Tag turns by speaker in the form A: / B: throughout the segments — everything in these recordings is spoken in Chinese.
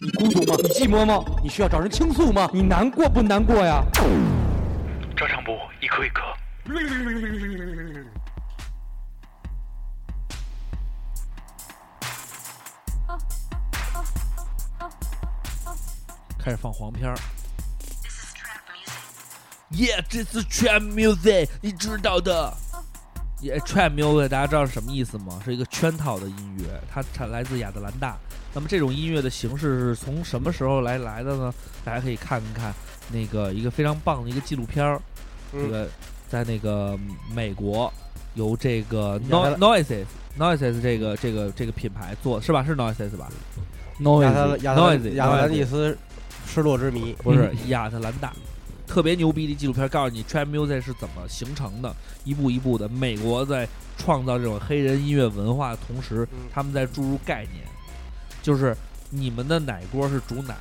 A: 你孤独吗？你寂寞吗？你需要找人倾诉吗？你难过不难过呀？
B: 照常不误，一颗一颗。
C: 开始放黄片儿。Yeah, this is trap music，你知道的。Yeah, trap music，大家知道是什么意思吗？是一个圈套的音乐，它产来自亚特兰大。那么这种音乐的形式是从什么时候来来的呢？大家可以看一看那个一个非常棒的一个纪录片儿，
D: 嗯
C: 这个在那个美国由这个
D: 亚特
C: No
D: 兰
C: Noises Noises 这个这个这个品牌做是吧？是 Noises 吧？
D: 亚特
A: noise
D: 亚特
C: Noisy，
D: 亚特兰
C: Noisy
D: 蒂斯失落之谜，嗯
C: 不是亚特兰大，特别牛逼的纪录片，告诉你 trap music 是怎么形成的，一步一步的。美国在创造这种黑人音乐文化的同时
D: 嗯，
C: 他们在注入概念，就是你们的奶锅是煮奶。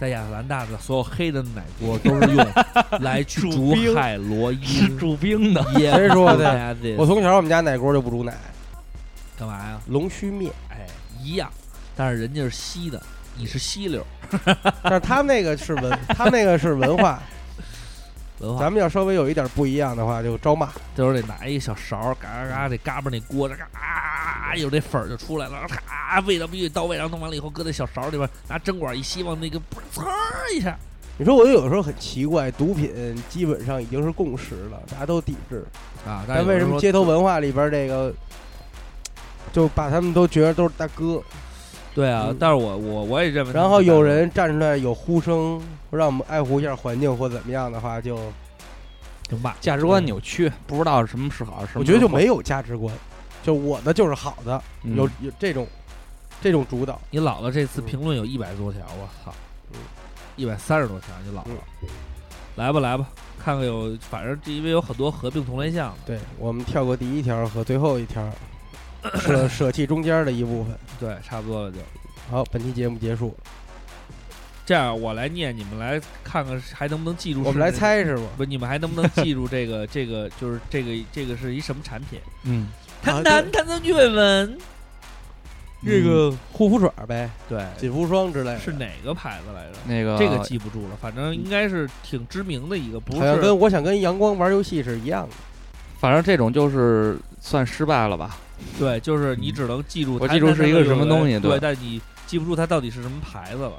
C: 在亚特兰大的所有黑人奶锅都是用 来去
E: 煮
C: 煮
E: 冰
C: 海洛
E: 是
C: 因。
E: 煮冰的，
C: 耶
D: 谁说的我
C: 说
D: 从小我们家奶锅就不煮奶，
C: 干嘛呀？
D: 龙须面，
C: 哎，一样，但是人家是稀的，你是稀溜儿
D: 但是他们那个是文，他们那个是文 化，
C: 文化。
D: 咱们要稍微有一点不一样的话就招骂。
C: 这时候得拿一个小勺儿，嘎嘎嘎，得嘎巴那锅，嘎啊，有这粉儿就出来了，咔，味道必须到位，然后弄完了以后，搁在小勺儿里边，拿针管一吸，往那个啵呲儿一下，
D: 你说我就有时候很奇怪，毒品基本上已经是共识了，大家都抵制，
C: 啊，但
D: 但为什么街头文化里边这个，就把他们都觉得都是大哥，
C: 对啊
D: 嗯，
C: 但是我我我也认为他们是大哥，
D: 然后有人站出来有呼声，让我们爱护一下环境或怎么样的话，就
C: 就骂，
E: 价值观扭曲，不知道什么是好，什么
D: 我觉得
E: 是
D: 就
E: 坏
D: 没有价值观，就我的就是好的，
E: 嗯
D: 有有这种这种主导，
C: 你姥姥这
D: 嗯
C: 次评论有一百多条，我操，一百三十多条，你姥姥
D: 嗯，
C: 来吧来吧，看看有，反正这因为有很多合并同类项嘛，
D: 对我们跳过第一条和最后一条，舍舍弃中间的一部分。
C: 对，差不多了就。
D: 好，本期节目结束，
C: 这样我来念，你们来看看还能不能记住。
D: 我们来，猜是吗？
C: 不，你们还能不能记住这个这个就是这个这个是一什么产品？
E: 嗯，
C: 谈
D: 啊
C: 谈
D: 对
C: 谈谈鱼尾纹，
E: 嗯
D: 这个护肤水呗，
C: 对，
D: 嗯哎紧肤霜之类的，
C: 是哪个牌子来着？
E: 那个
C: 这个记不住了，反正应该是挺知名的一个，不
D: 好像
C: 是
D: 跟我想跟阳光玩游戏是一样的。
E: 反正这种就是算失败了吧？
C: 对，就是你只能记住
E: 我
C: 它，
E: 记住
C: 但
E: 是一
C: 它
E: 个
C: 有
E: 什么东西
C: 对，
E: 对
C: 但你记不住它到底是什么牌子了。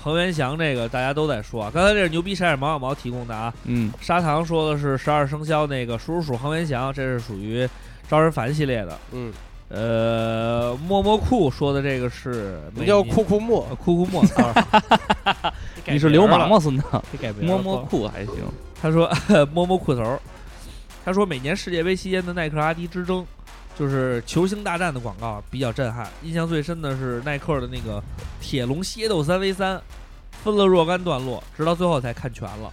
C: 恒源祥这个大家都在说啊，刚才这是牛逼闪闪毛小毛提供的啊，
E: 嗯，
C: 砂糖说的是十二生肖那个叔叔鼠恒源祥，这是属于招人烦系列的。
D: 嗯，
C: 呃，默默酷说的这个是
D: 我们
C: 美
D: 叫
C: 女
D: 酷酷沫
C: 呃，酷酷莫，啊操
E: 你是流氓？吗，孙子？
C: 给改名了
E: 摸摸，酷还行，
C: 他说 摸摸裤头儿。他说每年世界杯期间的耐克阿迪之争，就是球星大战的广告比较震撼。印象最深的是耐克的那个铁笼械斗三 v 三，分了若干段落，直到最后才看全了。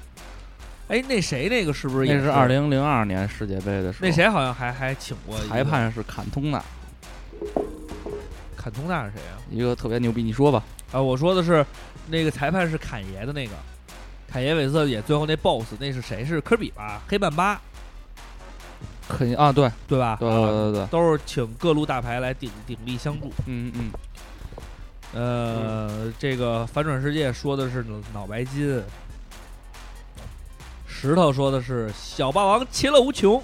C: 哎，那谁那个是不是也
E: 那
C: 是
E: 是二？零零二年世界杯的时候，
C: 那谁好像还还请过一个
E: 裁判是坎通纳，
C: 坎通纳是谁啊？
E: 一个特别牛逼，你说吧，
C: 啊，我说的是那个裁判是坎爷的那个，坎爷韦瑟也最后那 BOSS 那是谁？是科比吧？黑曼巴
E: 肯定啊，对
C: 对吧？
E: 对
C: 啊
E: 对对对，
C: 都是请各路大牌来鼎鼎力相助。
E: 嗯嗯，
C: 呃，这个反转世界说的是脑白金，石头说的是小霸王其乐无穷，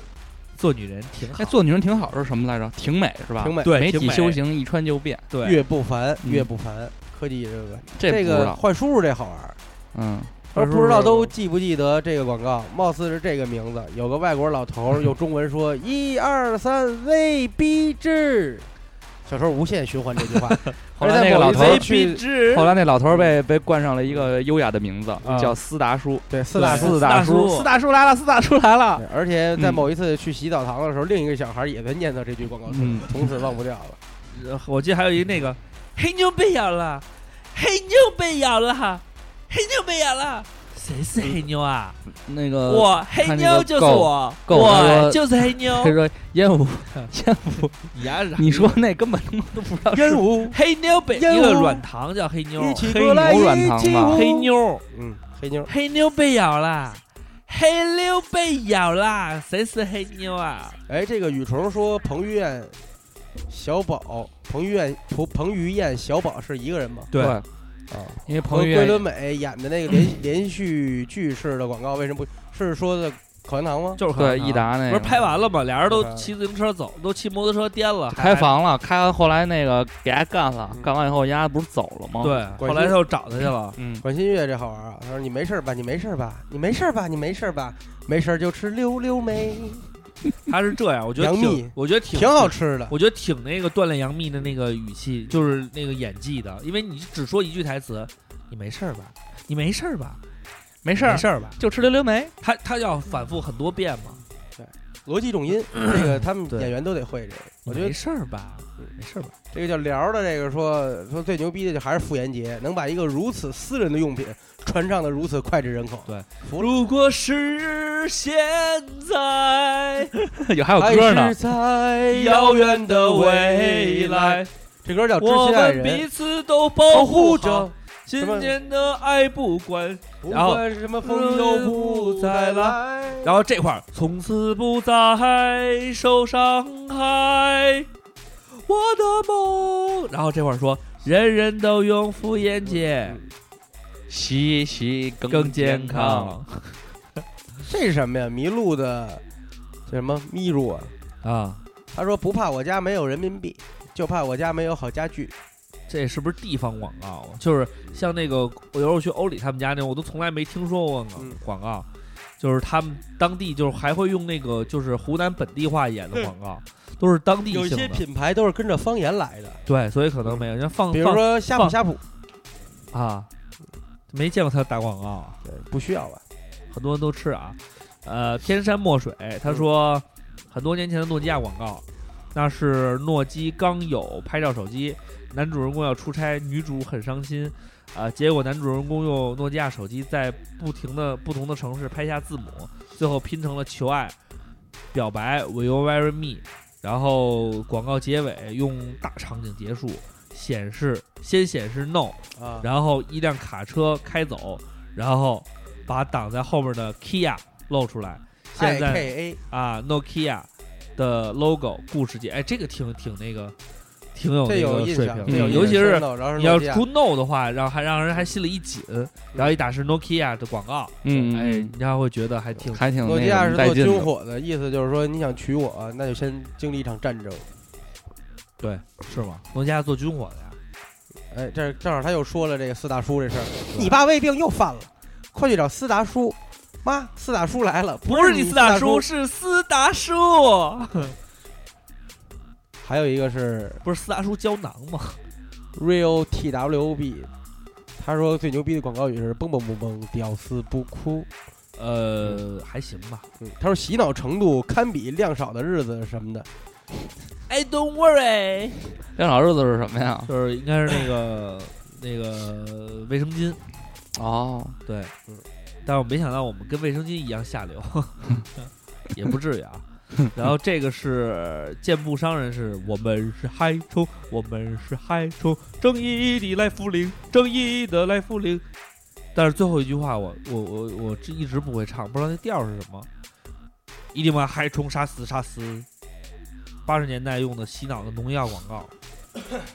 C: 做女人挺好。
E: 哎，做女人挺好是什么来着？挺美是吧？
D: 挺美，
C: 对
E: 美
C: 挺
E: 体修行一穿就变，
C: 对
D: 越不凡
E: 嗯
D: 越不凡。科技这个，
E: 这不知
D: 个
E: 道，
D: 坏叔叔这好玩儿。
E: 嗯，
D: 他说
C: 坏叔叔
D: 不知道都记不记得这个广告，貌似是这个名字。有个外国老头儿用中文 说：“一二三，V B 制。” 小时候无限循环这句话。
E: 后来那个老头儿
C: Z
D: 而且某一次
C: B
D: 去，
C: 之
E: 后来那老头儿被被冠上了一个优雅的名字，
D: 嗯
E: 叫斯达叔，
D: 对啊四大
C: 对
D: 叔
E: 斯
C: 大
E: 大
C: 叔
E: 叔，斯大叔来了，斯大叔来了
D: 对，而且在
E: 嗯
D: 某一次去洗澡堂的时候，另一个小孩也在念叨这句广告词
E: 嗯，
D: 从此忘不掉了。
C: 呃我记得还有一那个黑妞被咬了，黑妞被咬了，黑妞被咬了。谁是黑妞啊？
E: 那个
C: 我黑妞就是我，
E: 呃看那个够够他
C: 我
E: 说
C: 就是黑妞
E: 他。说烟 雾，烟雾，
C: 你呀
E: 你 说那根本都不知道
D: 烟
E: 是
D: 雾
C: 黑妞被一
D: 烟雾
C: 个软糖叫黑妞，
D: 一起
E: 黑
D: 过来，
E: 牛软
D: 一
E: 糖
D: 起
E: 吧
D: 舞
C: 黑，妞，
D: 嗯，黑妞，
C: 黑妞被咬了，黑妞被咬啦，谁是黑妞啊？
D: 哎，这个雨虫说彭于晏、小宝、彭于晏、彭彭于晏、小宝是一个人吗？
C: 对，
D: 啊，
A: 因为
D: 和
A: 彭于
D: 桂纶
A: 晏
D: 镁演的那个连连续剧式的广告，为什么不是说的口香糖吗？
C: 就是啊
E: 对，
C: 康
E: 益达那
C: 不
E: 个
C: 是拍完了吗？俩人都
D: 嗯
C: 骑自行车走，都骑摩托车颠了，还
E: 开。房了，开完后来那个给他干了，干完以后丫不是走了吗？，
C: 对，后
D: 管
C: 来
D: 用
C: 他又找他去了。
E: 嗯，
D: 管新月这好玩啊！他说：“你没事儿吧？你没事儿吧？你没事儿吧？你没事儿吧？没事儿就吃溜溜梅，
C: 他是这样，我觉得
D: 杨
C: 挺
D: 幂，
C: 我觉得挺
D: 挺好吃的。
C: 我觉得挺那个锻炼杨幂的那个语气，就是那个演技的，因为你只说一句台词，你没事儿吧？你没事儿吧？
E: 没事
C: 没
E: 儿，
C: 事儿吧？
E: 就吃溜溜梅。
C: 他他要反复很多遍嘛。
D: 逻辑重音，这个他们
C: 对
D: 演员都得会这个。我觉
C: 没
D: 得
C: 事儿吧？没事儿吧？
D: 这个叫聊儿的这个说说最牛逼的就还是傅炎杰，能把一个如此私人的用品传唱的如此脍炙人口。
C: 对
D: 服了。
C: 如果是现在，
E: 有还有
D: 还
E: 歌呢
D: 是，在
C: 遥
D: 遥
C: 远
D: 远
C: 的
D: 的
C: 未
D: 未
C: 来
D: 来，，这歌叫《知
C: 我
D: 心爱
C: 们
D: 人
C: 彼》，此都保护
D: 护
C: 着
D: 着。
C: 今天的爱不管。
D: 不
C: 然后
D: 管什么风又呃不再来。
C: 然后这块儿，从此不再受伤害，我的梦。然后这块儿说，人人都用妇炎洁
D: 嗯
E: 洗洗更
C: 更健
E: 健
C: 康
D: 这是什么呀？迷路的这什么迷路啊？
C: 啊。
D: 他说不怕我家没有人民币，就怕我家没有好家具。
C: 这是不是地方广告啊？就是像那个，我有时候去欧里他们家那，我都从来没听说过广
D: 嗯
C: 广告，就是他们当地就是还会用那个就是湖南本地话演的广告，都是当地
D: 嗯有一
C: 性
D: 些
C: 的。
D: 品牌都是跟着方言来的，
C: 对，所以可能没有人家哦放
D: 比如说呷
C: 放
D: 哺呷哺，
C: 放啊，没见过他打广告啊。
D: 对，不需要吧？
C: 很多人都吃啊。呃，天山墨水，他说、很多年前的诺基亚广告，那是诺基刚有拍照手机，男主人公要出差，女主很伤心，啊、结果男主人公用诺基亚手机在不停的不同的城市拍下字母，最后拼成了求爱、表白 “Will you marry me”，然后广告结尾用大场景结束，显示先显示 “no”，
D: 啊，
C: 然后一辆卡车开走，然后把挡在后面的 Kia 露出来。现
D: I
C: 在
D: K A
C: 啊，Nokia 的 logo 故事界，哎，这个挺挺那个，挺有
D: 这
C: 那
D: 有
C: 个
D: 印
C: 水
D: 象，
C: 平，
D: 这有
C: 嗯
D: 印
C: 尤其
D: 象
C: 是
D: 然后是
C: 你要
D: 诺基亚
C: 出 no 的话，让还让人还心里一紧，然后一打是 Nokia 的广告，
E: 嗯，
C: 哎，人家会觉得还挺
E: 还挺
D: 诺基亚
E: 那
D: 是
E: 个带
D: 做
E: 劲
D: 军
E: 的。
D: 火的，意思就是说你想娶我，那就先经历一场战争。
C: 是吗？诺基亚做军火的呀，
D: 哎，这正好他又说了这个四大叔这事儿，你爸胃病又犯了，快去找四大叔。妈，四大叔来了，
C: 不是
D: 你
C: 你四
D: 大
C: 大叔，是四大叔，
D: 还有一个是
C: 不是四大叔胶囊吗？
D: Real T W B，他说最牛逼的广告语是“蹦蹦蹦蹦，屌丝不哭
C: 呃，还行吧。”。
D: 嗯，他说洗脑程度堪比《量少的日子》什么的。哎
C: I don't worry。
E: 亮老日子是什么呀？
C: 就是应该是那个那个卫生巾，
E: 哦，
C: 对，
D: 嗯
C: 但是我没想到我们跟卫生巾一样下流，也不至于啊。 然后这个是健步商人是，我们是嗨冲，我们是嗨冲，正义的来福临，正义的来福临。但是最后一句话我我我我这一直不会唱，不知道那调是什么。一定把嗨冲杀死杀死。八十年代用的洗脑的农药广告，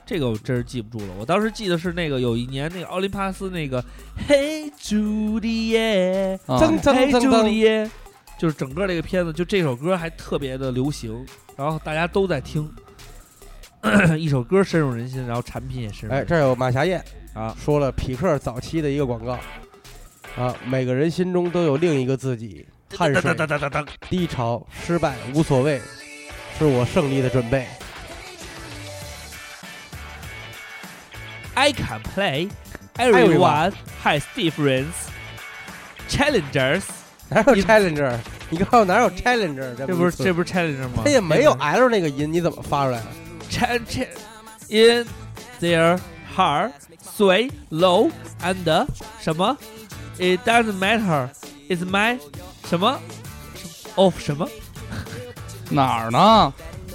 C: 这个我真是记不住了。我当时记得是那个有一年那个奥林帕斯那个嘿朱丽叶，
E: 啊
D: 增增
C: 嘿
D: 增
C: 朱丽
D: 增，
C: 叶，就是整个这个片子就这首歌还特别的流行，然后大家都在听。 一首歌深入人心，然后产品也深入
D: 哎，
C: 人心。
D: 这儿有马霞燕
C: 啊
D: 说了匹克早期的一个广告，啊，每个人心中都有另一个自己，汗水、
C: 哒哒哒哒，
D: 低潮、失败无所谓，是我胜利的准备。
C: I can play.
D: Everyone.
C: Everyone has different challenges.
D: 哪有
C: 你
D: challenger？你告诉我哪有 challenger？
C: 这不是这不是 challenger 吗？
D: 他也没有啊
C: 这
D: L 那个音，你怎么发出来的？
C: 不是 cha cha in their heart, sway low and 什么？It doesn't matter. It's my 什么 of 什么？
E: 哪儿呢？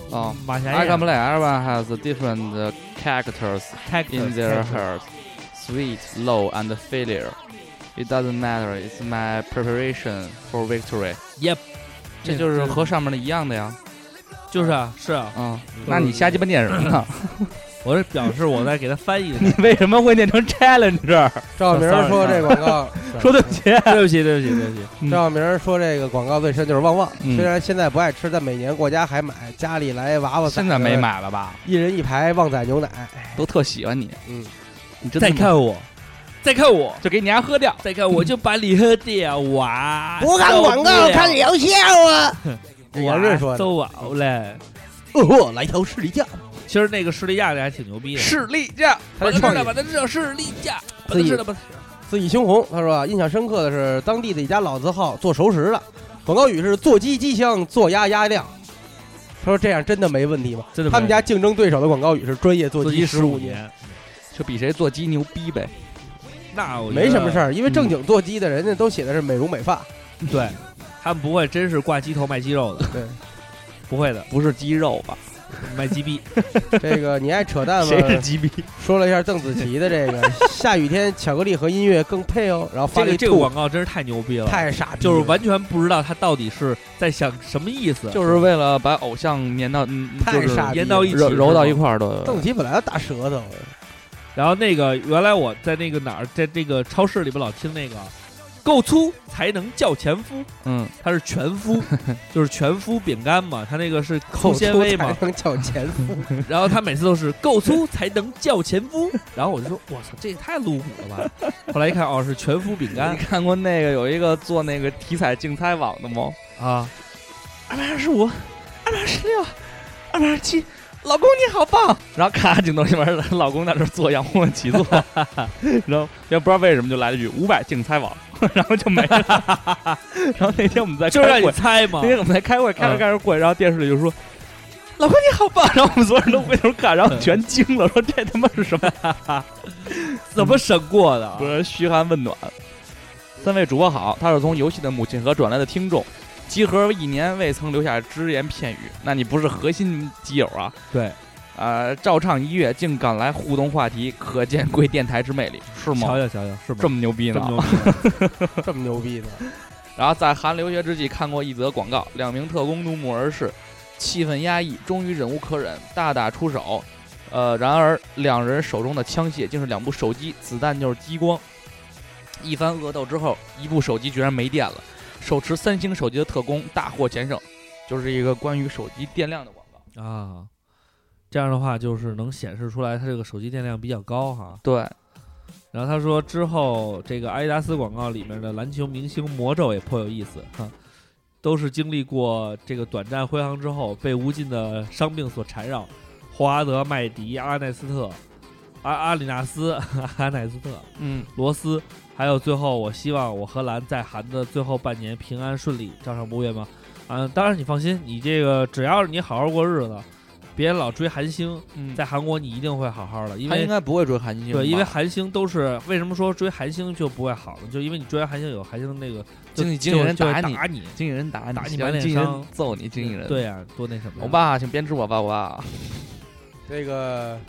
E: 哦
C: 马霞
E: ，I
C: 燕
E: can play. Everyone has different uh, characters in their
C: Tactics
E: heart, sweet, low, and failure. It doesn't matter. It's my preparation for victory.
C: Yep，
E: 这就是和上面的一样的呀。嗯
C: 就是啊，是啊，
E: 嗯，那你瞎鸡巴念什么呢？
C: 我是表示我在给他翻译的时
E: 你
C: 候。
E: 为什么会念成 challenger？，
D: 赵明儿说这广告
E: 说对不起，
C: 对不起，对不起，对不起。
E: 嗯
D: 赵明儿说这个广告最深就是旺旺，
E: 嗯
D: 虽然现在不爱吃，但每年过家还买，家里来娃娃仔，
E: 现在没，买了吧？
D: 一人一排旺仔牛奶，
E: 都特喜欢你，
D: 嗯，
E: 你真的
C: 再
E: 吗
C: 看我，再看我，
E: 就给你家喝掉。
C: 再看我就把你喝掉哇！受不了
D: 疗效 啊！这
C: 我
D: 杨震说的，
C: 都完嘞。
D: 哦，来条士力架，
C: 其实那个士力架的还挺牛逼的，
E: 士力架，
C: 把
D: 他的
C: 它
D: 创
C: 吃
D: 意
C: 了，把它吃了，士力架，把
D: 自
C: 它
D: 己
C: 吃了，把它
D: 自己胸红。他说啊，印象深刻的是当地的一家老字号做熟食的，广告语是“做鸡鸡香，做鸭鸭亮”。他说这样真的没问题吗？
C: 真的没
D: 他们家竞争对手的广告语是“专业做
C: 做
D: 鸡
C: 鸡
D: 十
C: 十
D: 五
C: 五
D: 年
C: 年，
E: 就比谁做鸡牛逼呗。
C: 那”，我觉得嗯
D: 没什么事。儿，因为正经做鸡的人家都写的是美容美发，
C: 对，他们不会真是挂鸡头卖鸡肉 的，
D: 对。
C: 不会的，
E: 不是鸡肉吧？
C: 卖鸡逼。
D: 这个你爱扯淡 吗？
E: 谁是鸡逼？
D: 说了一下邓紫棋的这个下雨天巧克力和音乐更配哦，然后发
C: 这
D: 了一
C: 个这
D: 兔
C: 个广告真是太牛逼了，
D: 太傻逼了，
C: 就是完全不知道他到底是在想什么意思，
E: 就是为了把偶像粘到，嗯，
D: 太
E: 就是
D: 傻逼了，
C: 粘到一起
E: 揉揉到一
C: 是吗
E: 块儿的。
D: 邓紫棋本来要大舌头，
C: 然后那个原来我在那个哪儿，在这个超市里边老听那个，够粗才能叫前夫，
E: 嗯，
C: 它是全麸，就是全麸饼干嘛，它那个是粗
D: 口
C: 纤维嘛
D: 才，能叫 前夫，
C: 然后他每次都是够粗才能叫前夫，然后我就说我操，这也太露骨了吧！后来一看哦，是全麸饼
E: 你
C: 干
E: 看过那个有一个做那个体彩竞猜网的吗？
C: 啊，
E: 二百二十五，二百二十六，二百二十七，老公你好棒！然后咔，镜头里面老公在这做仰卧起坐， 然后也不知道为什么就来了一句五百竞猜网，然后就没了。 然后那天我们在
C: 就是
E: 开
C: 让你
E: 会
C: 猜嘛
E: 那。天我们在开会，开着
C: 嗯
E: 开着会，然后电视里就说：“老公你好棒！”然后我们所有人都回头看，然后全惊了，说：“这他妈是什么
C: 怎么审过的？”
E: 不是嘘寒问暖。三位主播好，他是从游戏的母亲河转来的听众，集合一年未曾留下只言片语，那你不是核心基友啊？
C: 对，
E: 呃，照唱一乐，竟敢来互动话题，可见贵电台之魅力，是
C: 瞧
E: 吗？
C: 瞧瞧瞧，是吗？
E: 这么牛逼
C: 这
E: 呢
C: 么？牛逼吗，
D: 这么 牛逼呢？
E: 然后在韩留学之际看过一则广告，两名特工怒目而视，气氛压抑，终于忍无可忍，大打出手。呃，然而两人手中的枪械竟是两部手机，子弹就是激光。一番恶斗之后，一部手机居然没电了，手持三星手机的特工大获全胜，就是一个关于手机电量的广告。
C: 啊！这样的话就是能显示出来它这个手机电量比较高哈。
E: 对，
C: 然后他说之后这个阿迪达斯广告里面的篮球明星魔咒也颇有意思哈，都是经历过这个短暂辉煌之后，被无尽的伤病所缠绕。霍华德、麦迪、阿奈斯特、阿阿里纳斯、 阿奈斯特、
E: 嗯，
C: 罗斯，还有最后，我希望我和兰在韩的最后半年平安顺利，照常不误愿吗？嗯，当然你放心，你这个只要是你好好过日子，别老追韩星，
E: 嗯
C: 在韩国你一定会好好的，因
E: 他
C: 为
E: 应该不会追韩星吧，
C: 对，因为韩星都是为什么说追韩星就不会好呢？就因为你追完韩星有韩星那个就
E: 经纪
C: 就
E: 经纪人
C: 就会
E: 打
C: 打
E: 你
C: 你，
E: 经纪人打你，
C: 打你
E: 行
C: 满脸
E: 经纪人
C: 伤
E: 揍你，经纪人。
C: 对，呀、多那什么呀。
E: 欧巴，请鞭笞我吧，欧巴。
D: 这个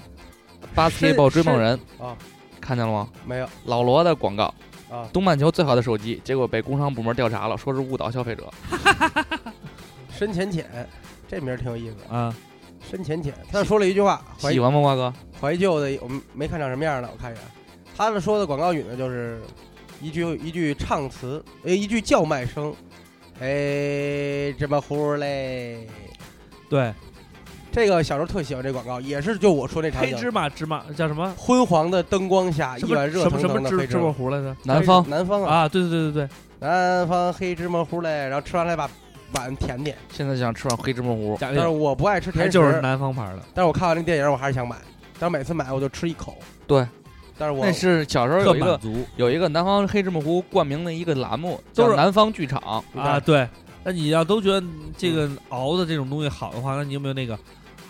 E: 巴斯 b a 追梦人
D: 是啊，
E: 看见了吗？
D: 没有
E: 老罗的广告，
D: 啊，
E: 东半球最好的手机，结果被工商部门调查了，说是误导消费者。
D: 深浅浅，这名儿挺有意思，
C: 啊，
D: 深浅浅。他说了一句话，怀
E: 喜欢吗，瓜哥？
D: 怀旧的，我们没看长什么样呢？我看一眼，他们说的广告语呢，就是一句一句唱词，呃，一句叫卖声，哎，这么呼嘞。
C: 对，
D: 这个小时候特喜欢这广告，也是就我说那场
C: 黑芝
D: 景，
C: 麻芝麻叫什么？
D: 昏黄的灯光下，
C: 什
D: 一
C: 么
D: 碗热
C: 什么
D: 腾
C: 什
D: 腾
C: 么
D: 的
C: 芝
D: 黑芝
C: 芝麻
D: 麻
C: 糊来着？
E: 南方
D: 南方啊，
C: 啊，对对对对对，
D: 南方黑芝麻糊嘞，然后吃完来把碗甜点，
E: 现在想吃碗黑芝麻糊，
C: 贾
D: 但是
C: 玲
D: 我不爱吃
C: 还
D: 甜食，
C: 就是南方牌的。
D: 但是我看完那个电影，我还是想买，但是每次买我就吃一口。
E: 对，
D: 但是我
E: 那是小时候
C: 特
E: 有一
C: 满
E: 个
C: 足
E: 有一个南方黑芝麻糊冠名的一个栏目，
C: 都
E: 叫
C: 是
E: 南方剧场。
C: 啊，对。那你要都觉得这个
D: 嗯
C: 熬的这种东西好的话，那你有没有那个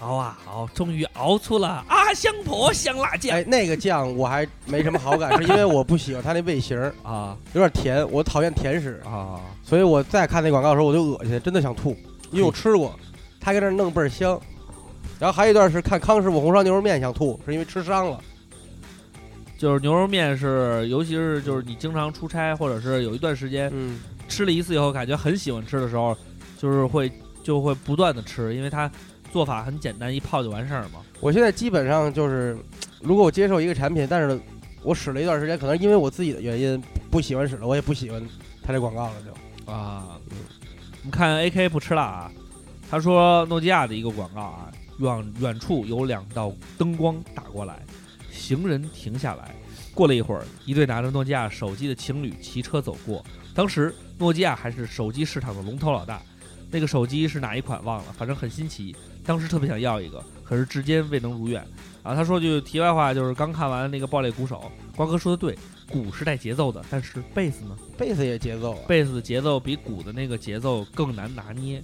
C: 熬啊熬，终于熬出了阿香婆香辣酱
D: 哎，那个酱我还没什么好感，是因为我不喜欢它那味型儿，
C: 啊
D: 有点甜，我讨厌甜食，
C: 啊！
D: 所以我再看那广告的时候我就恶心，真的想吐，因为我吃过，它跟那儿弄倍儿香。然后还有一段是看康师傅红烧牛肉面想吐，是因为吃伤了。
C: 就是牛肉面是，尤其是就是你经常出差或者是有一段时间
D: 嗯，
C: 吃了一次以后，感觉很喜欢吃的时候，就是会就会不断的吃，因为它做法很简单，一泡就完事儿嘛。
D: 我现在基本上就是，如果我接受一个产品，但是我使了一段时间，可能因为我自己的原因不喜欢使了，我也不喜欢它这广告了就。
C: 啊，我们看 AK 不吃辣啊，他说诺基亚的一个广告啊，远远处有两道灯光打过来，行人停下来。过了一会儿，一对拿着诺基亚手机的情侣骑车走过，当时诺基亚还是手机市场的龙头老大。那个手机是哪一款忘了，反正很新奇，当时特别想要一个，可是至今未能如愿。啊，他说句题外话，就是刚看完那个《爆裂鼓手》，瓜哥说的对，鼓是带节奏的，但是贝斯呢？
D: 贝斯也节奏啊，
C: 贝斯的节奏比鼓的那个节奏更难拿捏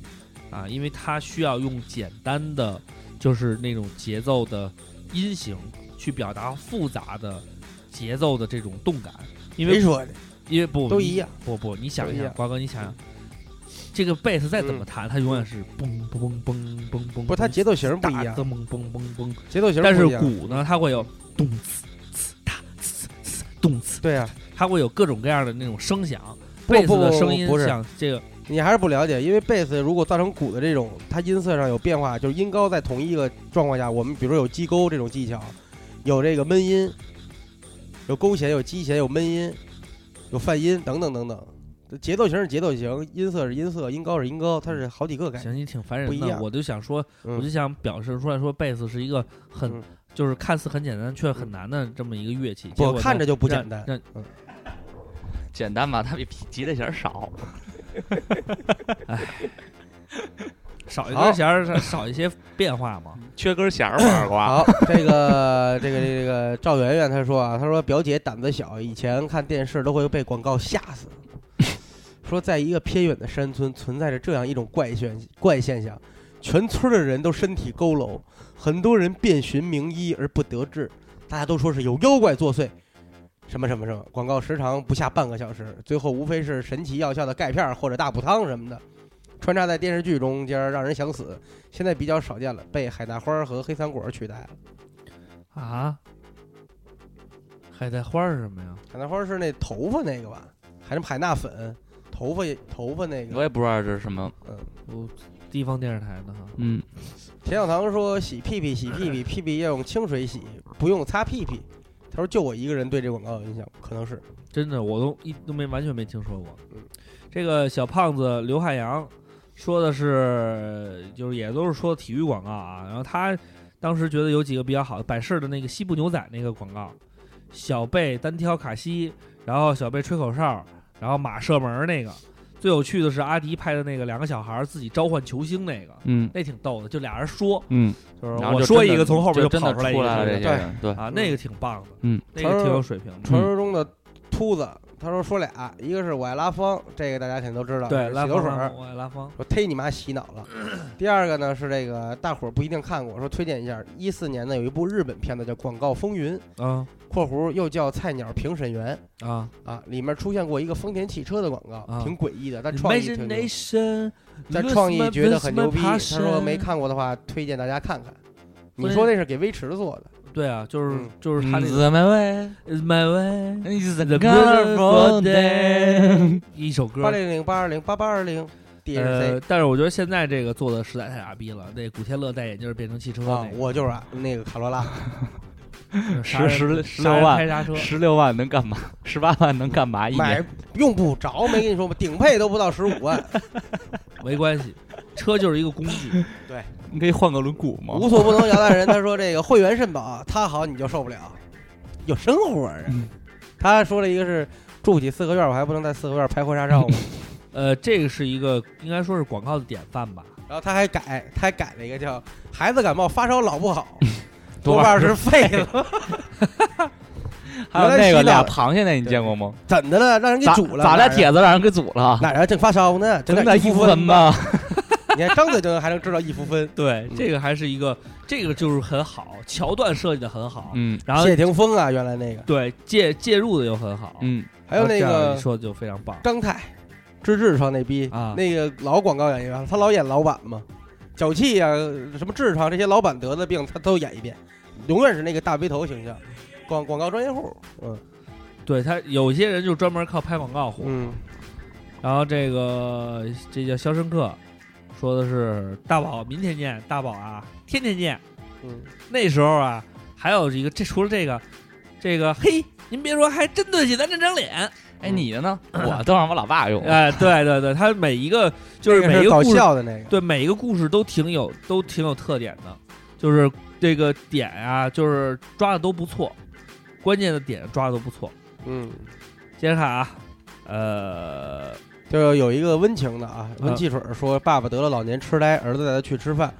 C: 啊，因为它需要用简单的，就是那种节奏的音型去表达复杂的节奏的这种动感。因
D: 没
C: 为
D: 说的
C: 因为不
D: 都
C: 你
D: 一样，
C: 不不，你想一
D: 都一
C: 想，
D: 样
C: 瓜哥，你想想，这个贝斯再怎么
D: 嗯
C: 弹，它永远是嘣嘣嘣嘣嘣嘣，
D: 不，它节奏型不一
C: 大
D: 样，
C: 嘣嘣嘣嘣，
D: 节奏型
C: 但是
D: 不一样
C: 鼓呢，它会有咚呲呲哒呲呲咚呲，
D: 对啊，
C: 它会有各种各样的那种声响。
D: 不
C: 贝斯
D: 不
C: 的
D: 不
C: 声音
D: 不是
C: 像这个
D: 你还是不了解，因为贝斯如果造成鼓的这种，它音色上有变化，就是音高在同一个状况下，我们比如说有击勾这种技巧，有这个闷音，有勾弦，有击弦，有闷音，有泛音等等等等。节奏型是节奏型，音色是音色，音高是音高，它是好几个感觉。
C: 行，你挺烦
D: 不
C: 人
D: 一
C: 的。
D: 样
C: 我就想说，我就
D: 嗯，
C: 想表示出来说，贝斯是一个很、
D: 嗯
C: 就是看似很简单却很难的这么一个乐器。
D: 不看着就不简单。
C: 让
E: 简单吧，它比吉他弦儿少。
C: 少一
D: 好
C: 根弦儿，少少一些变化嘛。
E: 缺根弦儿吧，瓜。
D: 好，这个 这个这个赵媛媛她说啊，她说表姐胆子小，以前看电视都会被广告吓死。说在一个偏远的山村，存在着这样一种怪现怪现象，全村的人都身体佝偻，很多人遍寻名医而不得治，大家都说是有妖怪作祟。什么什么什么，广告时长不下半个小时，最后无非是神奇药效的钙片儿或者大补汤什么的，穿插在电视剧中间，让人想死。现在比较少见了，被海大花儿和黑糖果儿取代了。嗯
C: 啊，海带花儿是什么呀？
D: 海南花是那头发那个吧？还是海纳粉？头发也头发那
E: 我
D: 个？嗯
E: 也不知道这是什么。
C: 我地方电视台的哈。
E: 嗯，
D: 田小唐说洗屁屁洗屁屁， 屁屁要用清水洗，不用擦屁屁。他说就我一个人对这广告有印象，可能是
C: 真的，我都一都没完全没听说过
D: 嗯。
C: 这个小胖子刘汉阳说的是，就是也都是说体育广告啊。然后他当时觉得有几个比较好的，百事的那个西部牛仔那个广告，小贝单挑卡西，然后小贝吹口哨，然后马射门那个。最有趣的是阿迪拍的那个两个小孩自己召唤球星那个，
E: 嗯
C: 那挺逗的，就俩人说，
E: 嗯，
C: 就是
E: 然后
C: 我
E: 就
C: 说
E: 真的
C: 一个从后边
E: 就真
C: 跑
E: 的
C: 出来一
E: 出来了
C: 个
E: 这些人，对，
C: 啊，那个挺棒的，
E: 嗯，
C: 那个挺有水平的。
D: 传说中的秃子。他说说俩，一个是我爱拉芳，这个大家肯定都知道，
C: 对，
D: 啊洗
C: 拉
D: 头
C: 风
D: 水
C: 拉
D: 儿。
C: 风，我爱拉风。
D: 我忒你妈洗脑了。第二个呢是这个大伙儿不一定看过，说推荐一下，一四年呢有一部日本片子叫《广告风云》
C: 啊
D: （括弧又叫菜鸟评审员）。
C: 啊
D: 啊，里面出现过一个丰田汽车的广告，
C: 啊
D: 挺诡异的，但创意挺牛，
C: Imagination，
D: 但创意觉得很牛逼。他说没看过的话，推荐大家看看。你说那是给威驰做的，
C: 对啊，就是
D: 嗯
C: 就是他那个
E: 怎么喂？
C: Is My Way。
E: It's a
C: The
E: colorful
C: beautiful
E: day
C: day，。一首
D: 八
C: 歌，
D: 零零八二零八八二零
C: 呃
D: DRC，
C: 但是我觉得现在这个做的实在太傻逼了。那古天乐戴眼镜变成汽车
D: 啊
E: 呃
C: 那，个，
D: 我就是啊，那个卡罗拉，
C: 杀人
E: 十十
C: 杀人
E: 六万
C: 开刹车，
E: 十六万能干嘛？十八万能干嘛？一
D: 买
E: 年
D: 用不着，没跟你说吗？顶配都不到十五 万，
C: 没关系，车就是一个工 具。
E: 你可以换个轮毂吗？
D: 无所不能摇大神。他说这个会员肾宝，啊他好你就受不了，有生活啊。
E: 嗯
D: 他说了一个是住起四合院，我还不能在四合院拍婚纱照吗？
C: 呃，这个是一个应该说是广告的典范吧。
D: 然后他还改，他还改了一个叫“孩子感冒发烧老不好”，
E: 多
D: 多半
E: 半
D: 是废 了，
E: 还有那个
D: 原来洗脑
E: 俩螃蟹那，你见过吗？
D: 怎的了？让人给
E: 咋
D: 煮了，啊
E: 咋
D: 俩
E: 俩铁子让人给组了？
D: 哪儿啊？正发烧呢，整
E: 整点
D: 点
E: 一
D: 一
E: 夫
D: 夫
E: 分
D: 吧。
E: 吧。
D: 你看张嘴就能还能知道一夫分。
C: 对，
D: 嗯
C: 这个还是一个，这个就是很好，桥段设计的很好，
E: 嗯
C: 然后
D: 谢霆锋啊，原来那个，
C: 对介介入的又很好，
E: 嗯，
D: 还有那
C: 然后哦这样
D: 个
C: 你说的就非常棒。
D: 张泰，芝芝上那逼
C: 啊
D: 那个老广告演员，他老演老板嘛，脚气啊，什么痔疮这些老板得的病，他都演一遍，永远是那个大背头形象，广广告专业户。嗯
C: 对他有些人就专门靠拍广告火，
D: 嗯，
C: 然后这个这叫《肖申克》，说的是大宝，明天见，大宝啊，天天见。
D: 嗯，
C: 那时候啊，还有一个，这除了这个，这个嘿，您别说，还真对得起咱这张脸。
E: 哎，你的呢？我都让我老爸用了。
C: 哎，对对对，他每一个就是
D: 那
C: 每一
D: 是
C: 个
D: 搞
C: 故事，
D: 笑的那个，
C: 对每一个故事都挺有都挺有特点的，就是这个点啊，就是抓的都不错，关键的点抓的都不错。
D: 嗯，
C: 接着看啊，呃，
D: 就是有一个温情的啊，温汽水说爸爸得了老年痴呆，儿子带他去吃饭，